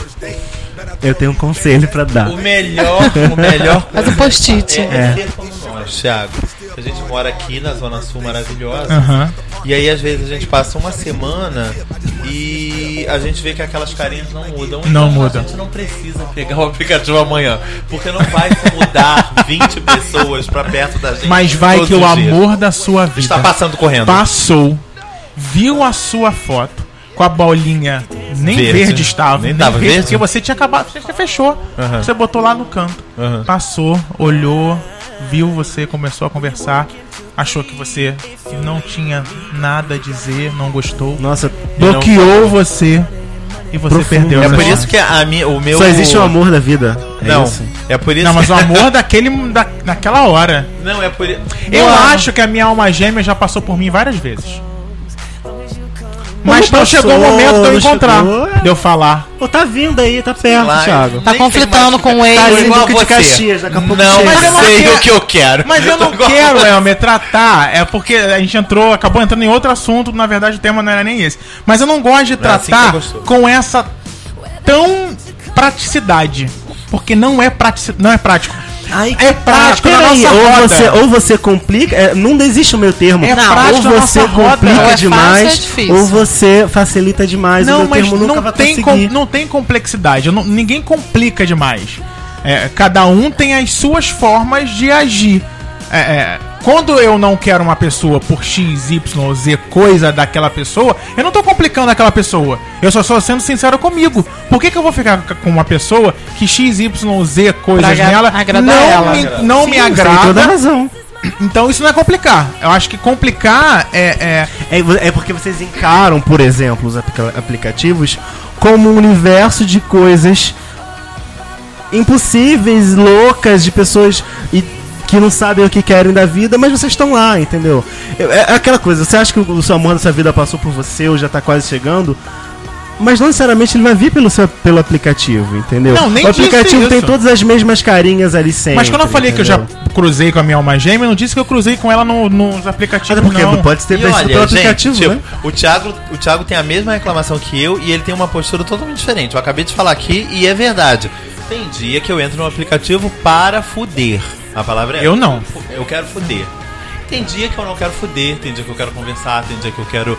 Eu tenho um conselho pra dar.
O melhor, o melhor
Faz um post-it.
é ter funções, Thiago. A gente mora aqui na Zona Sul maravilhosa.
Aham.
E aí, às vezes, a gente passa uma semana e a gente vê que aquelas carinhas não mudam.
Não
Então,
mudam.
A gente não precisa pegar o aplicativo amanhã. Porque não vai se mudar 20 pessoas pra perto da gente.
Mas vai
todos
que o
os dias. tá
amor da sua
Está
vida
passando correndo.
passou, viu a sua foto com a bolinha nem
Verde.
verde, estava,
Nem tava verde.
porque você tinha acabado, você fechou,
Aham.
você botou lá no canto,
Aham.
passou, olhou, viu você, começou a conversar, achou que você não tinha nada a dizer, não gostou,
Nossa,
bloqueou você e você
Profundo.
perdeu.
É
essa
por
chance.
isso que a, mi- o meu.
só existe o amor da vida. É
Não,
isso?
é por isso
Não, mas o
que...
amor daquele da, naquela hora.
Não, é por isso.
Eu acho que a minha alma gêmea já passou por mim várias vezes. Mas
Não
não chegou o
passou,
momento de eu
não
encontrar,
chegou, é.
de eu falar.
Pô, tá vindo aí, tá perto,
Lá, é
Thiago.
Tá
nem sei
conflitando
mais
com o ex.
Tá
Eu
em
igual a
Duque de
você.
Caxias, daqui a pouco
Não
chega.
Mas eu não
sei
quero-
o que eu quero.
Mas eu não
Igual-
quero, Elmer, tratar. É porque a gente entrou, acabou entrando em outro assunto. Na verdade, o tema não era nem esse. Mas eu não gosto de
é assim que
tratar
eu gosto.
com essa tão praticidade. Porque não é, pratici... não é prático.
Ai,
é prático
ah,
na
peraí,
nossa
ou
roda.
você, ou você complica, é, não existe o meu termo.
É
Não, ou
prático na
você
nossa roda.
complica
Ou é
fácil, é
demais,
difícil.
ou você facilita demais. o
não,
meu
mas
termo nunca
não
vai
tem, com-
conseguir.
não tem complexidade. Eu não- ninguém complica demais. É, cada um tem as suas formas de agir. É, é, quando eu não quero uma pessoa por X, Y ou Z coisa daquela pessoa, eu não tô complicando aquela pessoa. Eu só estou sendo sincero comigo. Por que, que eu vou ficar c- com uma pessoa que X, Y ou Z coisas
Pra agra-
nela
agradar
não,
ela.
Me, não me
Você tem toda a
agrada?
razão.
Então isso não é complicar. Eu acho que complicar é- é
É, vo- é porque vocês encaram, por exemplo, os aplica- aplicativos como um universo de coisas impossíveis, loucas, de pessoas e- que não sabem o que querem da vida, mas vocês estão lá, entendeu? É, é aquela coisa, você acha que o, o seu amor da sua vida passou por você ou já tá quase chegando? Mas não necessariamente ele vai vir pelo, seu, pelo aplicativo, entendeu?
Não, nem
o
disse
aplicativo tem
isso.
todas as mesmas carinhas ali sempre.
Mas quando eu falei que eu já
entendeu?
cruzei com a minha alma gêmea, eu não disse que eu cruzei com ela no- nos
Até
aplicativos,
porque
não.
pode ter
E
sido
olha,
pelo aplicativo,
gente, tipo,
né?
o, Thiago, o Thiago tem a mesma reclamação que eu e ele tem uma postura totalmente diferente. Eu acabei de falar aqui e é verdade. Tem dia que eu entro no aplicativo para fuder. A palavra é
Eu não.
Eu quero fuder. Tem dia que eu não quero fuder, tem dia que eu quero conversar, tem dia que eu quero.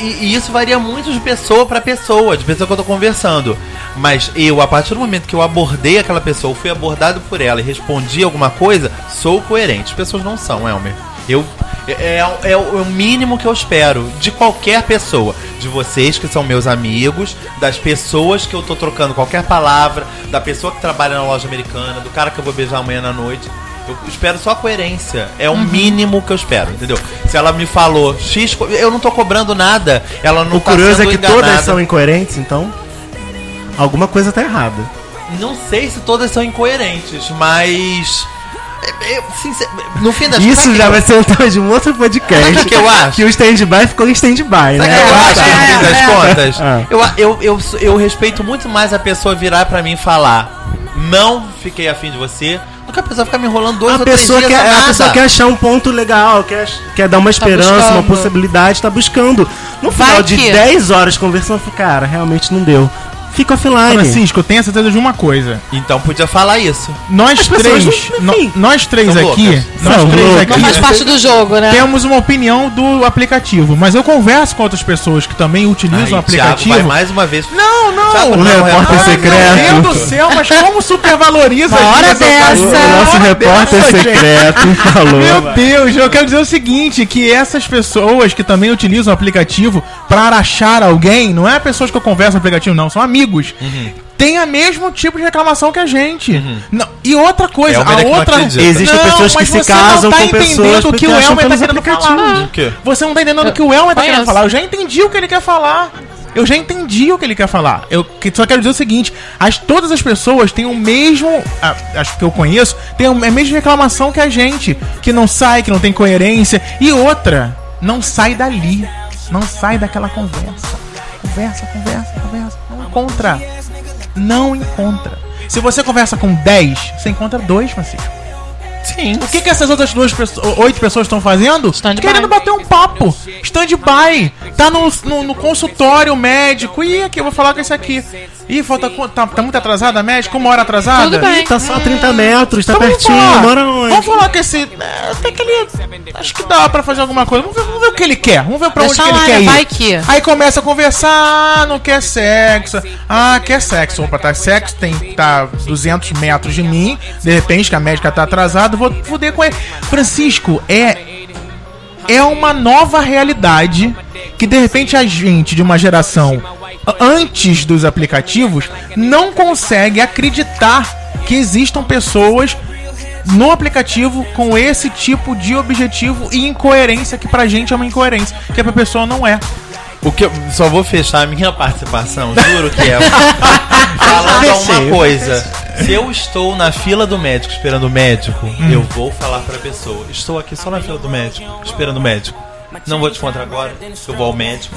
E, e isso varia muito de pessoa pra pessoa, de pessoa que eu tô conversando. Mas eu, a partir do momento que eu abordei aquela pessoa, fui abordado por ela e respondi alguma coisa, sou coerente. As pessoas não são, Elmer. Eu. É, é- é o é o mínimo que eu espero de qualquer pessoa. De vocês que são meus amigos, das pessoas que eu tô trocando qualquer palavra, da pessoa que trabalha na loja americana, do cara que eu vou beijar amanhã na noite. Eu espero só a coerência. É o mínimo que eu espero, entendeu? Se ela me falou X, co- eu não tô cobrando nada. Ela não
O
tá
curioso é
sendo
que
enganada.
todas são incoerentes, então alguma coisa tá errada.
Não sei se todas são incoerentes, mas. eu, sincer- No fim das
Isso
sabe
já
que-
vai ser o tema de um outro podcast.
Sabe o que eu acho?
Que o stand-by ficou em stand-by,
Sabe o que
né?
eu acho,
é,
no fim das
é.
contas?
É.
Eu, eu, eu, sou- eu respeito muito mais a pessoa virar pra mim e falar: Não fiquei afim de você. Do que a pessoa ficar me enrolando dois
A
ou três
pessoa,
dias
quer,
sem
a
nada. Tá
pessoa quer achar um ponto legal, quer, ach- quer dar uma esperança, uma
buscando.
possibilidade, tá buscando. No
Vai
final de
que-
10 horas conversando, eu falo, cara, realmente não deu. Fica offline.
assim?
Francisco, eu tenho a certeza de uma coisa.
Então podia falar isso.
Nós
As pessoas
três,
não-
no- nós três
São
aqui,
loucas.
nós
São
três
loucas.
Não
aqui,
faz parte do jogo, né?
temos uma opinião do aplicativo, mas eu converso com outras pessoas que também
Aí,
um
utilizam o
Thiago vai
aplicativo.
mais uma vez.
Não, não.
Thiago,
O repórter
Ai,
secreto.
Meu Deus do céu, mas como supervaloriza
Uma hora
essa
tá
dessa.
O,
parte?
o
Essa-
nosso repórter secreto falou.
Meu Deus, eu quero dizer o seguinte, que essas pessoas que também utilizam o aplicativo para achar alguém, não é pessoas que eu converso no aplicativo, não, são amigos.
Uhum.
Tem a mesmo tipo de reclamação que a gente. Não, e outra coisa,
É, o Elmer
a
é que não
outra.
acredita.
Existem pessoas que
mas
se
você não tá
casam com pessoas
entendendo o
porque
que o
acham
Elmer tá
pelos
querendo falar.
aplicativos.
O quê?
Você não tá entendendo o que o Elmer tá
Conheço.
querendo falar. Eu já entendi o que ele quer falar. Eu já entendi o que ele quer falar. Eu que- só quero dizer o seguinte: as, todas as pessoas têm o mesmo. a- As que eu conheço têm a mesma reclamação que a gente. Que não sai, que não tem coerência. E outra, não sai dali. Não sai daquela conversa. Conversa, conversa, conversa. Não encontra. Não encontra. Se você conversa com 10, você encontra dois, Francisco.
Sim.
O que, que essas outras duas pesso- o- oito pessoas estão fazendo?
Stand-by.
Querendo bater um papo. Stand-by. Tá no, no- no consultório médico. Ih, aqui, eu vou falar com esse aqui. Ih, falta. qu- Tá, tá muito atrasada, médico? Uma hora atrasada?
Tudo bem.
Tá só a 30 metros, tá
Então vamos
pertinho,
falar.
mora onde?
Vamos falar com esse. é, Até que ele. Acho que dá pra fazer alguma coisa. Vamos ver, vamos ver o que ele quer. Vamos ver pra
Deixa
onde que
lá,
ele quer
né?
ir.
Vai que.
Aí começa a conversar. Ah, não quer sexo. Ah, quer sexo. Opa, tá sexo. Tem, tá 200 metros de mim. De repente, que a médica tá atrasada. Vou foder com ele. Francisco, é é uma nova realidade que de repente a gente de uma geração a- antes dos aplicativos não consegue acreditar que existam pessoas no aplicativo com esse tipo de objetivo e incoerência que pra gente é uma incoerência, que pra pessoa não é.
O que eu, só vou fechar a minha participação, juro que é. falando
Fechei,
uma coisa. Se eu estou na fila do médico esperando o médico, eu vou falar pra pessoa: estou aqui só na fila do médico, esperando o médico. Não vou te encontrar agora, eu vou ao médico.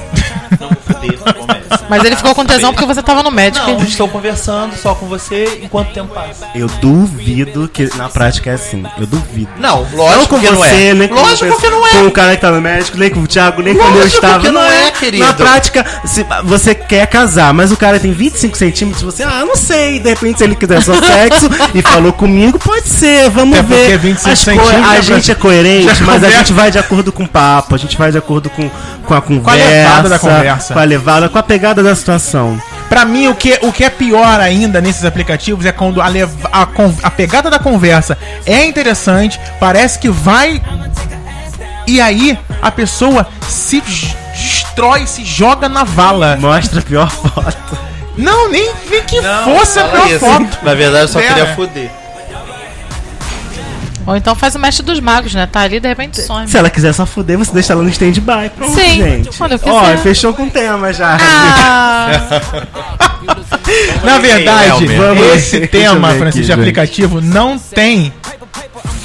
Não vou poder, vou ao médico.
Mas ele ficou com tesão porque você tava no médico.
Não, estou conversando só com você enquanto o tempo passa.
Eu duvido que na prática é assim. Eu duvido.
Não, lógico
não com
que
você,
não é.
nem com
Lógico
você-
que não é.
Com o cara que tá no médico, nem com o Thiago, nem quando eu
Lógico
estava.
que não é,
Na
querido.
prática, se você quer casar, mas o cara tem 25 centímetros, você, ah, não sei. De repente, se ele quiser só sexo e falou comigo, pode ser, vamos
Até porque
ver.
25
As co-
centímetros
A
já-
gente é coerente,
já
mas a
conversa.
gente vai de acordo com o papo, a gente vai de acordo com, com a conversa.
levada da conversa.
Com a levada, com a pegada da situação.
Pra mim, o que, o que é pior ainda nesses aplicativos é quando a, leva- a, con- a pegada da conversa é interessante, parece que vai. E aí a pessoa se j- destrói, se joga na vala.
Mostra a pior foto.
Não, nem, nem que
Não,
fosse a
fala
pior
isso.
foto.
Na verdade, eu só
Pera.
queria foder.
Ou então faz o mestre dos magos, né? Tá ali, de repente some.
Se ela quiser só fuder, você deixa ela no stand-by. Pronto,
Sim,
gente.
quando eu
Ó,
quiser.
fechou com o tema já.
Ah,
Na verdade,
aí, Elmer.
Vamos
esse
Vamos- deixa eu
tema,
ver
Francisco, de
aqui,
aplicativo não tem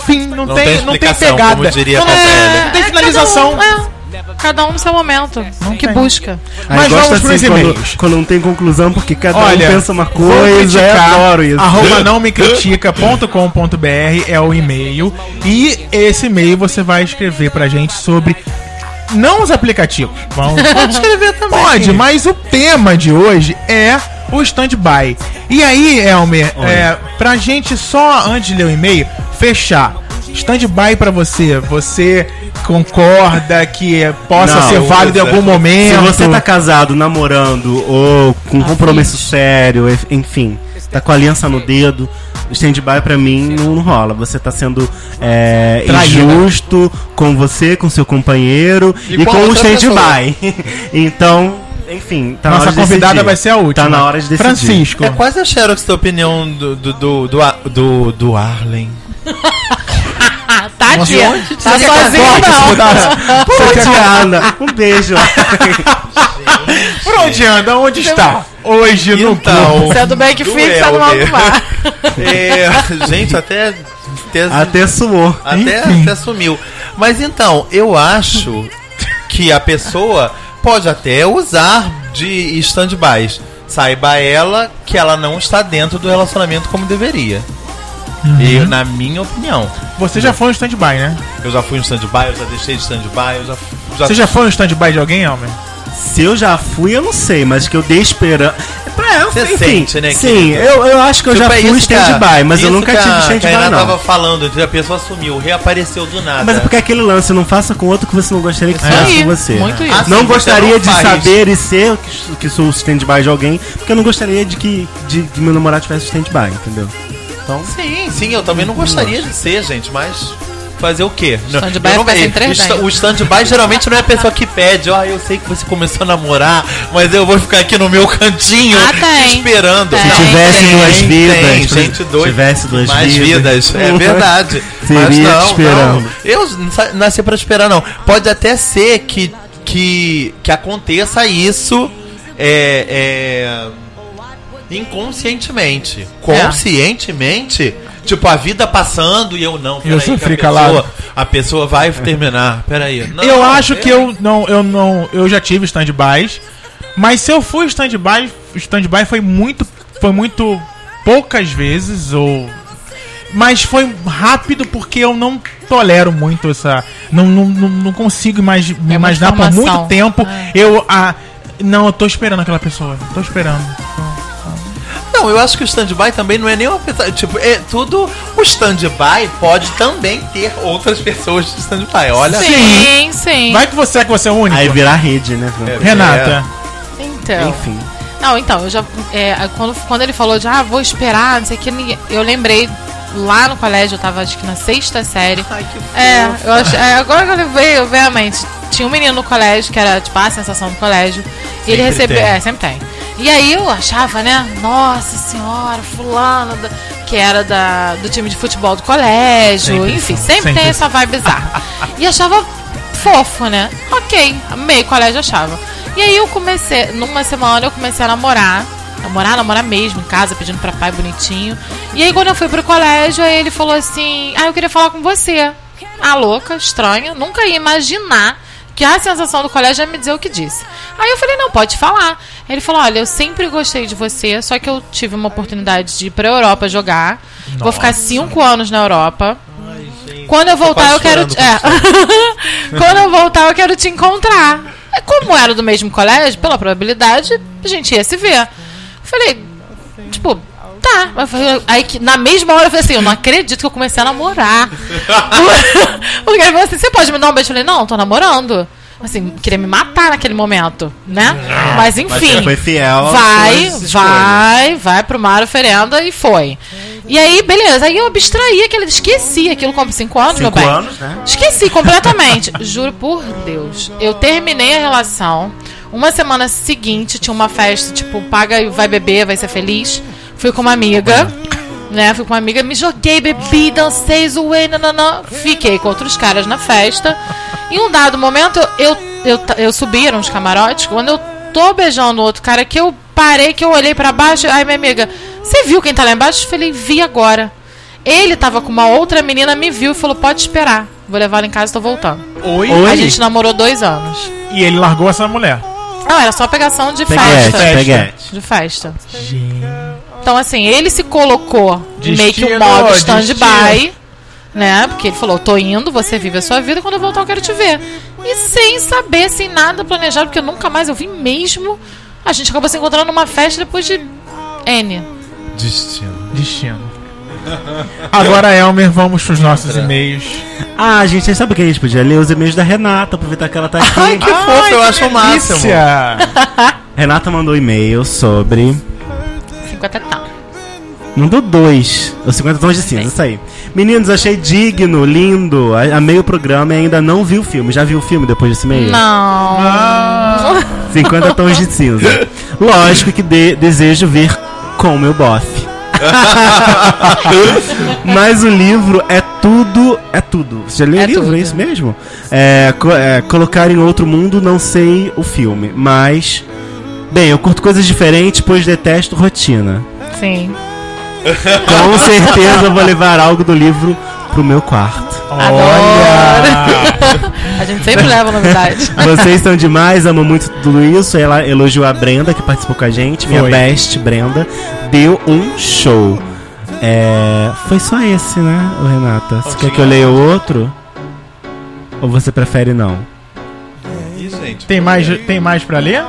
fim, não,
Não
tem,
tem
não tem
explicação,
pegada.
como diria
não,
a Copélia.
não tem
é,
finalização.
Cada um, é, cada um no seu momento. Um que
tem.
busca.
Aí
Mas
gosto
vamos pros e-mails.
quando, quando não tem conclusão, porque cada
Olha,
um pensa uma
vou
coisa. Eu
criticar,
adoro isso.
Arroba não me critica.com.br é o e-mail. E esse e-mail você vai escrever pra gente sobre. Não os aplicativos. Vamos, vamos escrever também. Pode, mas o tema de hoje é o stand-by. E aí, Elmer, é, pra gente só, antes de ler o e-mail, fechar. Stand-by pra você. Você concorda que possa
Não,
ser válido em
usa.
algum
Se
momento?
você tá casado, namorando ou com um
Assim.
compromisso sério, ef- enfim, tá com a aliança no dedo, o stand-by pra mim não, não rola. Você tá sendo é,
Traída.
injusto com você, com seu companheiro e,
E
com,
com
o
outra
stand-by. então, enfim, tá
Nossa
de
convidada
decidir.
vai ser a última.
Tá na hora de decidir.
Francisco.
É quase a Xerox da opinião do, do, do, do, Ar- do, do Arlen.
Ah, tá aqui.
onde
Tá
tira
sozinho,
Corta esse
não.
pedaço.
Pô, Diana, um beijo.
Por onde anda? Onde está? Hoje no
Então,
Você é do bem que
do
fica, sai do mal que
Elder.
vai.
É, gente, até. Até, até,
Até suou.
até sumiu. Mas então, eu acho que a pessoa pode até usar de stand-bys. Saiba ela que ela não está dentro do relacionamento como deveria.
Uhum.
E na minha opinião.
Você já foi um stand-by, né?
Eu já fui um stand-by, eu já deixei de stand-by, eu já. já
Você já foi um stand-by de alguém, Almer?
Se eu já fui, eu não sei, mas que eu dei esperança. Pra eu,
Você
enfim,
sente, né,
Sim,
querido?
eu, eu acho que eu já
Tipo, é
fui
isso que a-
stand-by, mas eu
isso
nunca
que a-
tive
que a
stand-by,
Renata
não.
tava falando, a pessoa sumiu, reapareceu do nada.
Mas é porque é aquele lance, não faça com outro que você não gostaria que
Isso
faça
aí,
com você.
Muito
É. Ah,
isso.
sim,
Não
você
gostaria
não
de
faz.
saber e ser que, que sou o stand-by de alguém, porque eu não gostaria de que, de, que meu namorado tivesse stand-by, entendeu?
Sim, sim, eu também não gostaria de ser, gente, mas fazer o quê?
Stand-by
Eu não-
fica sem três
o sta-
dentes.
O stand-by geralmente não é a pessoa que pede, ó, eu sei que você começou a namorar, mas eu vou ficar aqui no meu cantinho
Ah, tem.
esperando.
Tem.
Se
Não,
tivesse
tem,
duas
tem,
vidas,
tem,
por
gente
exemplo,
doida.
tivesse duas
mais vidas. É verdade.
Seria
Mas
te
não,
esperando.
não. Eu não sa- nasci pra esperar, não. Pode até ser que, que, que aconteça isso é, é,
É.
inconscientemente. Conscientemente, tipo, a vida passando e eu não.
Eu
que
sofri
a pessoa,
calado.
a pessoa vai terminar. Peraí. Não, é.
eu acho que
peraí.
eu não, eu não, eu já tive stand-bys, mas se eu fui stand-by, o stand-by foi muito, foi muito poucas vezes, ou. Mas foi rápido porque eu não tolero muito essa. Não, não, não- não consigo imagi-
É
me
muita
imaginar por
informação.
muito tempo.
É.
Eu. Ah, não, eu tô esperando aquela pessoa. Tô esperando.
Não, eu acho que o stand-by também não é nenhuma pessoa. Tipo, é tudo. O stand-by pode também ter outras pessoas de stand-by. Olha.
Sim, sim.
Vai que você é que você é o único.
Aí virar rede, né? Fran?
É.
Renata.
Então.
Enfim.
Não, então, eu já. é, quando, quando ele falou de ah, vou esperar, não sei o que, ninguém- eu lembrei lá no colégio, eu tava acho que na sexta série.
Ai, que
É,
fofa.
eu acho- é, agora que eu levei, eu veio à mente. Tinha um menino no colégio que era, tipo, a sensação do colégio. E ele
Sempre
recebeu.
tem.
É, sempre tem. E aí eu achava, né? Nossa senhora, fulano, da- que era da, do time de futebol do colégio.
Sempre
Enfim,
são,
sempre,
sempre
tem essa vibe bizarra. e achava fofo, né? Ok, meio colégio achava. E aí eu comecei, numa semana eu comecei a namorar. Namorar, namorar mesmo, em casa, pedindo pra pai bonitinho. E aí quando eu fui pro colégio, aí ele falou assim, ah, eu queria falar com você. Ah, louca, estranha, nunca ia imaginar que a sensação do colégio é me dizer o que disse. Aí eu falei, não, pode falar. Ele falou, olha, eu sempre gostei de você, só que eu tive uma oportunidade de ir pra Europa jogar. Vou ficar cinco anos na Europa. Quando eu voltar,
quase
eu quero.
chorando
te- é. Quando eu voltar, eu quero te encontrar. É, Como era do mesmo colégio, pela probabilidade, a gente ia se ver. Falei, tipo, tá. Mas foi- Aí que na mesma hora eu falei assim, eu não acredito que eu comecei a namorar. Porque ele falou assim, você pode me dar um beijo? Eu falei, não, tô namorando. Assim, queria me matar naquele momento, né? Mas enfim.
Foi fiel. às
Vai,
suas escolhas.
vai, vai pro mar oferenda e foi. E aí, beleza, aí eu abstraí aquele, esqueci aquilo como cinco anos, meu
Cinco
bem.
anos, né?
Esqueci completamente. Juro por Deus. Eu terminei a relação. Uma semana seguinte tinha uma festa, tipo, paga e vai beber, vai ser feliz. Fui com uma amiga, né? Fui com uma amiga, me joguei, bebi, dancei, zoei, nananã. Fiquei com outros caras na festa. Em um dado momento, eu, eu, ta- eu subi, eram uns camarotes. Quando eu tô beijando outro cara, que eu parei, que eu olhei pra baixo. Aí minha amiga, você viu quem tá lá embaixo? Eu falei, vi agora. Ele tava com uma outra menina, me viu e falou: pode esperar. Vou levar ela em casa e tô voltando.
É.
Oi.
A gente namorou dois anos.
E ele largou essa mulher.
Não, era só pegação de
Peguete,
festa.
peguete.
De festa.
Gente.
Então, assim, ele se colocou
Destino,
meio que um modo stand-by,
destino.
né? Porque ele falou: tô indo, você vive a sua vida, quando eu voltar eu quero te ver. E sem saber, sem nada planejado, porque nunca mais eu vi mesmo. A gente acabou se encontrando numa festa depois de N.
Destino.
Destino. Agora, Elmer, vamos pros nossos e-mails.
Ah, gente, vocês sabem o que a gente podia ler? Os e-mails da Renata, aproveitar que ela tá aqui.
Ai, Ah, que fofo, eu acho o máximo.
Delícia!
Renata mandou e-mail sobre.
50 e tal.
Mandou dois. Os 50 tons de cinza, isso aí. Meninos, achei digno, lindo. a- Amei o programa e ainda não vi o filme. Já viu o filme depois desse e-mail?
Não.
50 tons de cinza. Lógico que de- desejo ver com meu bofe. Mas o livro é tudo. É tudo. Você já leu
É
o livro?
tudo.
É isso mesmo? É, co- é, colocar em outro mundo, não sei o filme. Mas. Bem, eu curto coisas diferentes, pois detesto rotina.
Sim.
Com certeza vou levar algo do livro pro meu quarto.
Olha!
A gente sempre leva novidade.
Vocês são demais, amo muito tudo isso. Ela elogiou a Brenda, que participou com a gente. Minha
Foi.
best, Brenda. Deu um show. É, Foi só esse, né, ô Renata? Você quer que eu leia o outro? Ou você prefere não?
Ih, gente.
Tem mais, tem mais pra ler?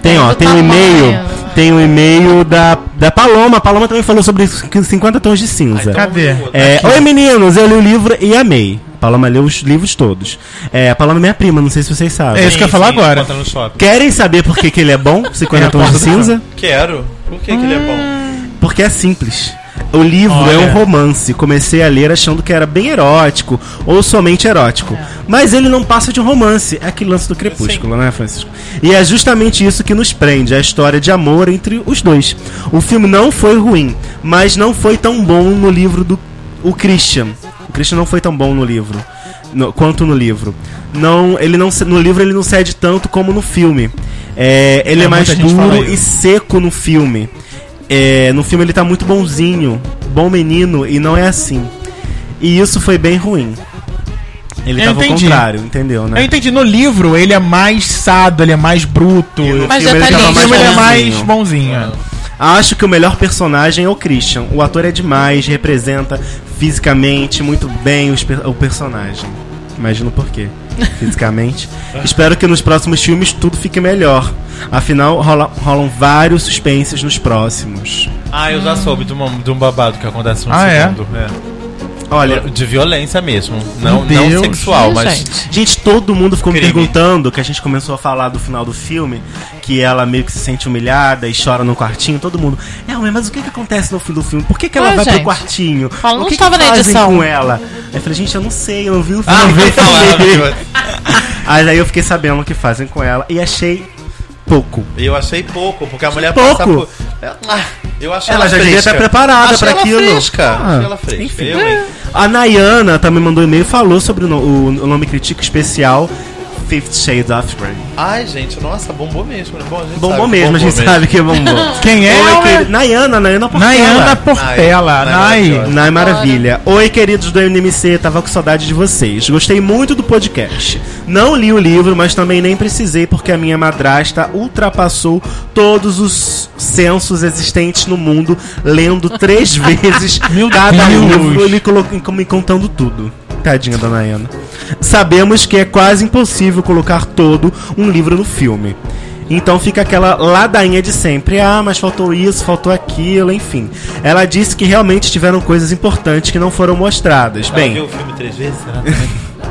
Tem, ó,
É Do
tem um
tamanho.
e-mail. Tem um e-mail da, da Paloma. A Paloma também falou sobre 50 tons de
Então,
cinza.
tá.
Cadê?
É, Oi meninos, eu li o livro e amei. A Paloma leu os livros todos. É, a Paloma é minha prima, não sei se vocês sabem.
É isso que eu ia falar agora.
No shopping.
Querem saber por que, que ele é bom, 50 tons de cinza?
Quero. Por que, que ele é bom?
Porque é simples. O livro
Olha.
é um romance. Comecei a ler achando que era bem erótico ou somente erótico. Mas ele não passa de um romance. É aquele lance do crepúsculo, né, Francisco? E é justamente isso que nos prende, a história de amor entre os dois. O filme não foi ruim, mas não foi tão bom no livro do o Christian. O Christian não foi tão bom no livro. no- quanto no livro. Não, ele não, se- no livro ele não cede tanto como no filme. É, ele
É,
é mais
muita gente fala
duro
isso.
e seco no filme. É, no filme ele tá muito bonzinho, bom menino, e não é assim. E isso foi bem ruim. Ele
Eu
tava
entendi.
ao contrário, entendeu,
Eu
né?
entendi, no livro ele é mais sado, ele é mais bruto.
E no
No
Mas
filme
já tá
ele tava
lindo.
mais
filme ele é mais
bonzinho.
bonzinho.
Acho que o melhor personagem é o Christian. O ator é demais, representa fisicamente muito bem os per- o personagem. Imagino por quê. Fisicamente. Espero que nos próximos filmes tudo fique melhor. Afinal, rola- rolam vários suspenses nos próximos.
Ah, eu já soube de, uma- de um babado que acontece no
Ah, é?
segundo. É?
Olha,
De violência mesmo. Não,
Meu
não
Deus.
sexual,
Ih,
mas.
gente.
Gente, todo mundo ficou me
Crime.
perguntando, que a gente começou a falar do final do filme, que ela meio que se sente humilhada e chora no quartinho, todo mundo. É, ué, mas o que que acontece no fim do filme? Por que, que ela
Ué,
vai pro
gente.
quartinho?
Fala,
o
não
que
estava
que
na
fazem
edição.
com ela? Aí eu falei, gente, eu não sei, eu não vi então, é. o filme.
Ah, vem falar, meu.
Aí daí eu fiquei sabendo o que fazem com ela e achei pouco.
Eu achei pouco, porque a mulher
Pouco.
passa por. Ah, Eu achei
Ela já devia estar preparada
Achei
pra
ela
aquilo.
Fresca.
Ah,
achei ela fresca.
enfim. é.
Eu, hein?
A Nayana também mandou um e-mail falou sobre o, no- o nome crítico especial Fifty Shades of Grey.
Ai, gente, nossa, bombou mesmo, né? Bom, a gente
Bombom
sabe,
mesmo, a gente sabe que é bombom.
Quem é?
Oi,
Ela?
querido. Nayana, Nayana Portela.
Nayana Portela.
Nai,
Nai.
maravilhosa.
Nai Maravilha. Oi, queridos do NMC, tava com saudade de vocês. Gostei muito do podcast. Não li o livro, mas também nem precisei, porque a minha madrasta ultrapassou todos os censos existentes no mundo, lendo três vezes
Meu
cada
Deus.
livro e me, colo- me contando tudo. Tadinha da Nayana. Sabemos que é quase impossível colocar todo um livro no filme. Então fica aquela ladainha de sempre. Ah, mas faltou isso, faltou aquilo, enfim. Ela disse que realmente tiveram coisas importantes que não foram mostradas.
Ela
Bem,
viu o filme três vezes, será?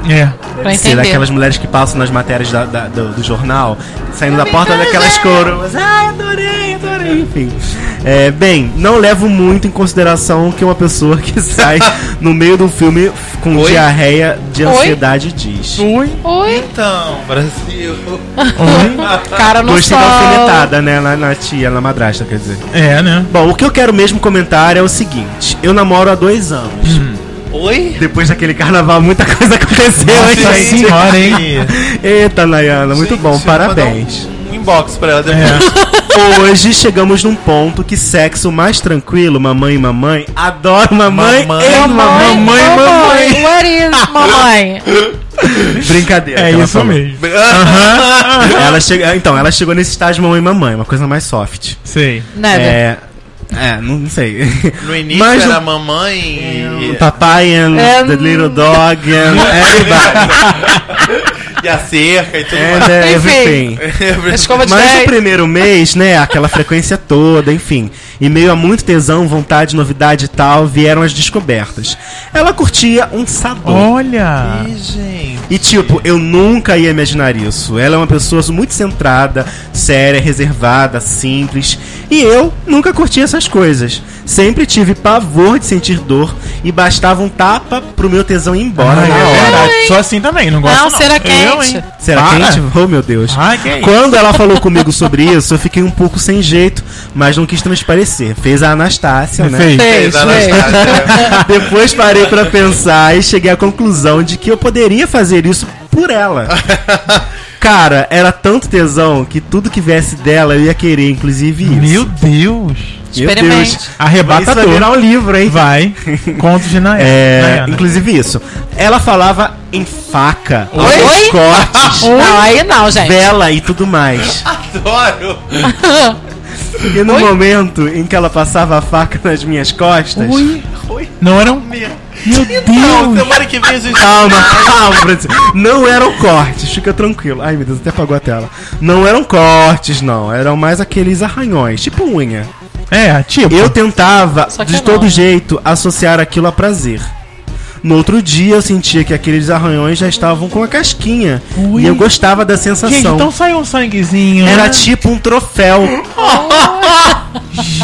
É.
Pra
ser
entender.
daquelas mulheres que passam nas matérias da- da- do, do jornal, saindo da porta daquelas
é.
coroas. Ai, adorei, adorei. Enfim. É, bem, não levo muito em consideração que uma pessoa que sai no meio do filme com
Oi?
diarreia de
Oi?
ansiedade diz.
Ui.
Oi,
Então, Brasil.
É.
cara no
Gostei
sol.
da alfinetada, né? Na, na tia, na madrasta, quer dizer.
É, né?
Bom, o que eu quero mesmo comentar é o seguinte: eu namoro há dois anos.
Hum.
Oi?
Depois daquele carnaval, muita coisa aconteceu,
Nossa
hein, gente?
senhora, hein?
Eita, Nayana, muito
Gente,
bom,
vou mandar
parabéns.
Um, um inbox pra ela depois.
Hoje chegamos num ponto que sexo mais tranquilo, mamãe e mamãe, adoro mamãe,
Mamãe,
e mamãe,
Mamãe,
mamãe,
mamãe, what is mamãe?
Brincadeira.
É
que ela
isso
falou.
mesmo.
Ela chega, então, ela chegou nesse estágio mamãe e mamãe, uma coisa mais soft.
Sei.
Nada.
É, é, não sei.
No início
Mas
era
o- É, tá.
mamãe e,
Papai and
And-
the little dog and everybody
e a cerca e tudo
and everything.
mais.
Escova de
Mas no
dente.
primeiro mês, né, aquela frequência toda, enfim. E meio a muito tesão, vontade, novidade e tal, vieram as descobertas. Ela curtia um sabor. Ah.
Olha.
Ih, gente.
E tipo, eu nunca ia imaginar isso. Ela é uma pessoa muito centrada, séria, reservada, simples. E eu nunca curti essas coisas. Sempre tive pavor de sentir dor e bastava um tapa pro meu tesão ir embora
Ai,
na
é
hora.
verdade. Sou assim também, não é gosto.
Não, será
Eu,
quente.
hein?
Será
Para.
quente? Oh, meu Deus.
Ai, que é isso.
Quando ela falou comigo sobre isso, eu fiquei um pouco sem jeito, mas não quis transparecer. Fez a Anastácia, né?
Fez.
Fez
Fez,
a
fez.
Anastácia.
Depois parei pra pensar e cheguei à conclusão de que eu poderia fazer isso por ela. Cara, era tanto tesão que tudo que viesse dela eu ia querer, inclusive isso.
Meu Deus.
Meu
Experimente.
Isso vai
Arrebatador.
virar um livro, hein?
Vai. Contos de Nayana.
É,
Nayana.
inclusive isso. Ela falava em faca,
Oi?
alguns
Oi?
cortes,
Não, aí não, gente.
vela e tudo mais.
Adoro.
E no momento em que ela passava a faca nas minhas costas.
Ui.
Oi.
Não eram. Meu
Meu
Então,
Não,
Deus.
semana que vem a gente.
Calma, calma, Francisco. Não eram cortes, fica tranquilo. Ai, meu Deus, até apagou a tela. Não eram cortes, não. Eram mais aqueles arranhões, tipo unha.
É, tipo.
Eu tentava,
Só que
de
é
não.
todo jeito, associar aquilo a prazer. No outro dia eu sentia que aqueles arranhões já estavam com a casquinha.
Ui.
E eu gostava da sensação.
Gente, então saiu um sanguezinho.
Era tipo um troféu.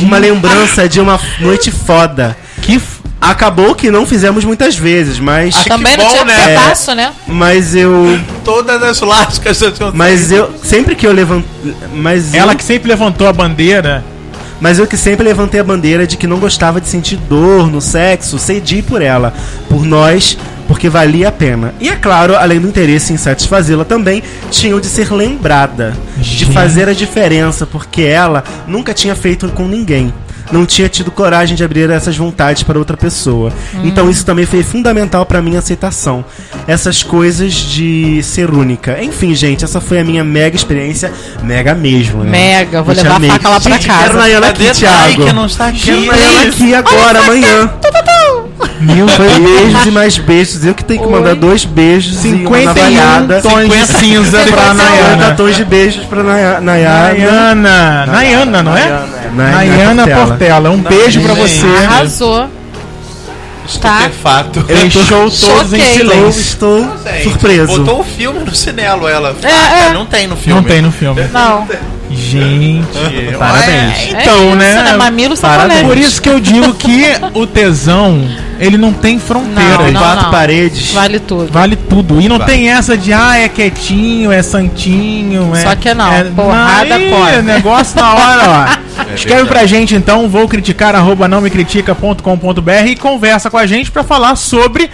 uma lembrança de uma noite foda.
que. f-
Acabou que não fizemos muitas vezes, mas.
Acho que
Também não
bom,
tinha
né?
pedaço, né?
Mas eu.
Todas as lascas já tinham
Mas eu. Sempre que eu levanto. Mas
Ela
eu,
que sempre levantou a bandeira.
Mas eu que sempre levantei a bandeira de que não gostava de sentir dor no sexo, cedi por ela, por nós, porque valia a pena. E é claro, além do interesse em satisfazê-la também, tinha o de ser lembrada, de
Gente.
fazer a diferença, porque ela nunca tinha feito com ninguém. não tinha tido coragem de abrir essas vontades para outra pessoa.
Hum.
Então isso também foi fundamental para minha aceitação. Essas coisas de ser única. Enfim, gente, essa foi a minha mega experiência, mega mesmo, né?
Mega, vou
Eu te
levar a
amei.
faca lá pra
Gente,
casa.
Quero Nayana aqui, é Thiago.
Tá
é
que não está aqui.
Quero Nayana aqui agora, amanhã. Mil beijos e mais beijos. Eu que tenho que mandar
Oi.
dois beijos e uma
51
navalhada.
tons de cinza pra
50
Nayana.
um tons de beijos pra Naya- Nayana.
Nayana, Nayana, não é? Nayana Portela, um beijo pra
Nayana.
você.
Arrasou.
É
Tá?
Estupefato.
Deixou todos em
Choquei.
Eu
silêncio.
estou
Gente,
é surpreso.
Botou o filme no chinelo, ela. Ah,
É, é.
Não tem no filme.
Não tem no filme.
Não.
Gente,
Parabéns.
olha, então,
é isso,
né?
Mamilo
Parabéns.
sacolé.
Por isso que eu digo que o tesão, ele não tem fronteiras.
Não, não,
Quatro
não.
paredes.
Vale tudo.
Vale tudo. E não
Vale.
tem essa de, ah, é quietinho, é santinho. é-
Só que não,
é,
porrada
Aí,
corre.
negócio na hora, ó.
É
Escreve
verdade.
pra gente então, vou criticar, arroba não me critica.com.br e conversa com a gente pra falar sobre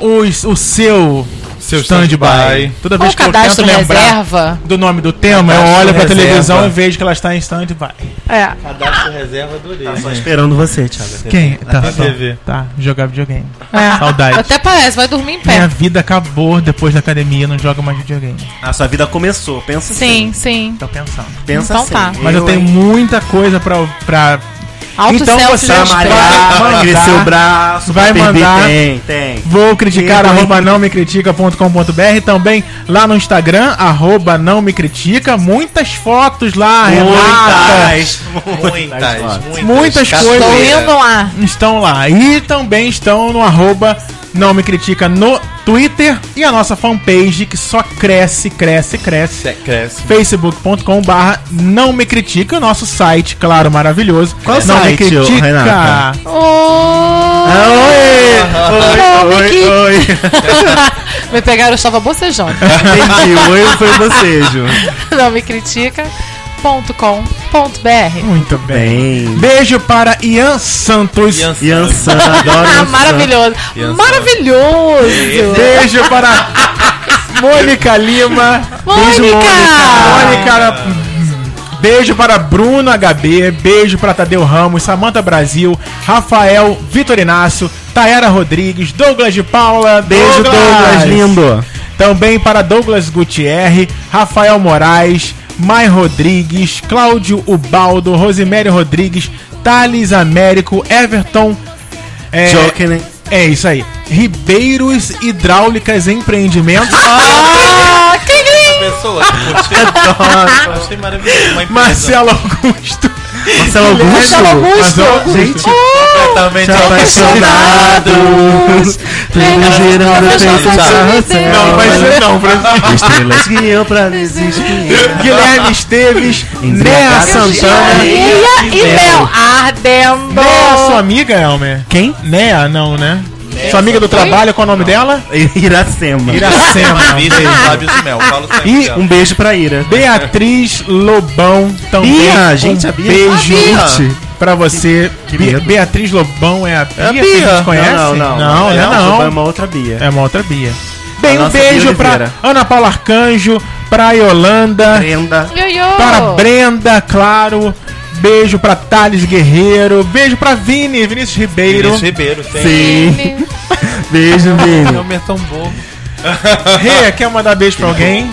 os, o seu,
Seu
stand-by.
stand-by.
Toda
Ou
vez que eu
cadastro
tento lembrar
reserva.
do nome do tema, eu
Cadastro
olho pra
reserva.
televisão e vejo que ela está em stand-by.
É.
Cadastro reserva do
Só esperando você, Thiago.
Quem? Tá,
Na
só-
TV.
tá, jogar videogame.
é.
Saudade.
Até parece, vai dormir em
Minha
pé.
vida acabou depois da academia, não joga mais videogame.
A sua vida começou. Pensa assim.
Sim, sim.
Tô pensando.
Pensa
Então
assim.
tá.
Mas eu, tenho
hein?
muita coisa pra. pra...
Alto
Então
céu
você
se
Pra
Deus
malhar,
vai
pra crescer Tá o braço,
Vai
pra perder-
mandar.
Tem, tem.
Vou criticar,
Sim,
arroba não me critica.com.br. Também lá no Instagram, arroba não me critica. Muitas fotos lá, Renata.
Muitas,
Muitas, muitas.
Muitas coisas.
Estou
Cachoeira.
indo lá.
Estão lá. E também estão no arroba não me critica no Twitter. E a nossa fanpage que só cresce, cresce, cresce.
Cê- Cresce.
facebook.com barra não me critica, o nosso site, claro, maravilhoso.
Qual
não
site,
me critica?
Renata?
Ô,
Oi, oi, oi, oi.
Me pegaram, eu estava bocejando.
Entendi, o oi foi bocejo.
Não me critica.com.br.
Muito bem.
Bem.
Beijo para Ian Santos.
Ian Santos.
Ian San, adoro Ian
Ah,
San.
maravilhoso.
Criança.
Maravilhoso.
Beijo para Mônica Lima.
Mônica!
Mônica. Beijo para Bruno HB, beijo para Tadeu Ramos, Samanta Brasil, Rafael, Vitor Inácio, Tayara Rodrigues, Douglas de Paula,
Beijo, Douglas, lindo.
Também para Douglas Gutierre, Rafael Moraes, Mai Rodrigues, Cláudio Ubaldo, Rosimério Rodrigues, Thales Américo, Everton. é,
Joker, né?
é isso aí. Ribeiros Hidráulicas Empreendimentos.
Ah, que lindo.
Pessoa, eu gostei. achei maravilhoso. Uma empresa
Marcelo Augusto.
Marcelo
Marcelo
Augusto.
Augusto.
Marcelo Augusto.
Gente,
completamente
Te apaixonados. Tudo girando
Professor Sassou.
Não,
Não,
mas você não, Francisco.
Estrelas que eu pra
Oh.
desistir.
Guilherme Esteves, Nea
Embriagados.
Santana.
Ai.
Maria e Mel
Nea, sua
ardendo.
amiga, Elmer?
Quem?
Nea, não, né? Sua amiga do trabalho, qual é o nome dela?
Iracema.
Iracema.
Vista de Fábio Sumel. Falo sempre
E
dela.
Um beijo pra Ira.
Beatriz Lobão também.
Bia,
um
gente, a Bia.
beijo
A Bia.
pra você.
Que
Bi-
medo.
Beatriz Lobão é a Bia,
É a
que a
Bia.
gente conhece?
Não,
não.
não,
não, é não.
É uma outra Bia.
É uma outra Bia. Bem,
A
um
nossa
beijo
Bia
pra
Oliveira.
Ana Paula Arcanjo, pra Yolanda,
Prenda.
Ioiô.
para Brenda, claro. Beijo pra Thales Guerreiro. Beijo pra Vini, Vinícius Ribeiro.
Vinícius Ribeiro, tem.
Sim.
Ele-
Beijo,
Não
Vini.
me é tão bobo.
Rê, quer mandar beijo pra alguém?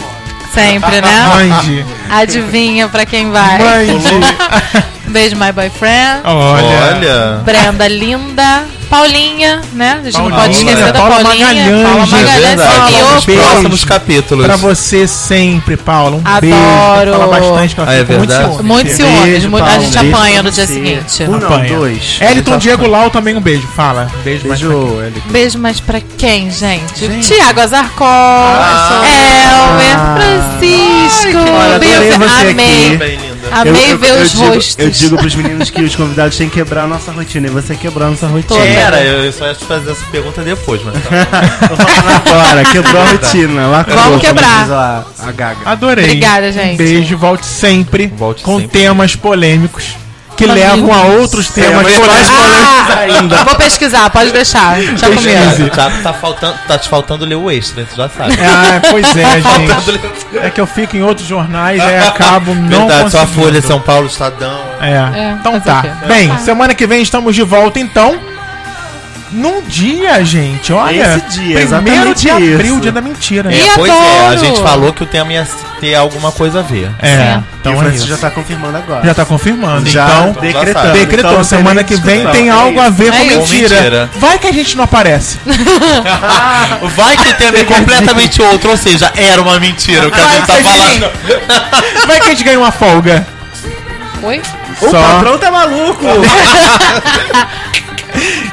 Sempre, né?
Mande.
Adivinha pra quem vai.
Mande.
Beijo, my boyfriend.
Olha.
Brenda linda. Paulinha, né? A gente não
Paulinha.
pode esquecer da
Paula
Paulinha.
Magalhães,
Paula Magalhães,
verdade.
seguiu.
Paula
Nos
Beijo.
próximos capítulos.
Pra você sempre, Paula. Um
Adoro.
beijo. Fala bastante pra
Ah, é
ficar com
verdade?
Muito
Fê.
ciúme.
Beijo,
muito- a
Paulo.
gente
Beijo
apanha
pra
no dia
você.
seguinte.
Um não,
Apanha.
dois.
Eliton Diego Lau também um beijo. Fala. Beijo, mais pra
tá Beijo, Eli.
Beijo mais pra quem, gente? Tiago Azarcó, Elmer,
Ah.
Francisco,
olha, adorei
Beyoncé.
você
amei.
aqui.
Bem linda.
Amei ver os
digo,
rostos.
Eu digo pros meninos que os convidados têm que quebrar a nossa rotina. E você quebrou a nossa rotina.
Toda.
Era, eu eu só ia te fazer essa pergunta depois, mas tá.
Tô falando agora, quebrou
Tá.
a rotina. Lá acabou, como
quebrar.
diz a, a Gaga.
Adorei.
Obrigada, gente.
Um beijo, volte sempre
Volte
com
sempre.
temas polêmicos. Que que levam a outros temas
mas-
mais polêmicos
Ah,
ainda.
Vou pesquisar, pode deixar. Já comigo.
Pesquise.
Thiago, Thiago, tá, faltando, tá te faltando ler o extra, tu já sabe. Tá
Ah, pois é, gente.
Faltando ler o
É que eu fico em outros jornais e acabo não
Verdade, só a
conseguindo.
Folha, São Paulo, Estadão.
É.
É,
Então
fazer
tá.
o quê?
Bem, semana que vem estamos de volta então. Num dia, gente, olha.
Esse dia,
primeiro
exatamente
de abril,
isso.
dia da mentira.
E
É, pois é, a
adoro!
gente falou que o tema ia ter alguma coisa a ver.
É,
e o
então é
Francisco
isso.
já tá confirmando agora.
Já tá confirmando.
Já tá.
então,
de-
decretando.
decretou.
Então não tem
semana
nem
que vem
discussão.
tem
É
algo a
isso.
ver
É
com
isso.
mentira.
Com mentira.
Vai que a gente não aparece.
Vai que o tema é completamente outro, ou seja, era uma mentira o que a gente tá
Vai,
falando.
Vai que a gente ganha uma folga.
Oi?
O
Só
patrão tá maluco!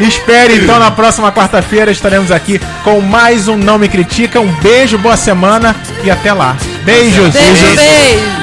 espere então na próxima quarta-feira estaremos aqui com mais um Não Me Critica. Um beijo, boa semana e até lá. Beijos.
Beijo, beijo.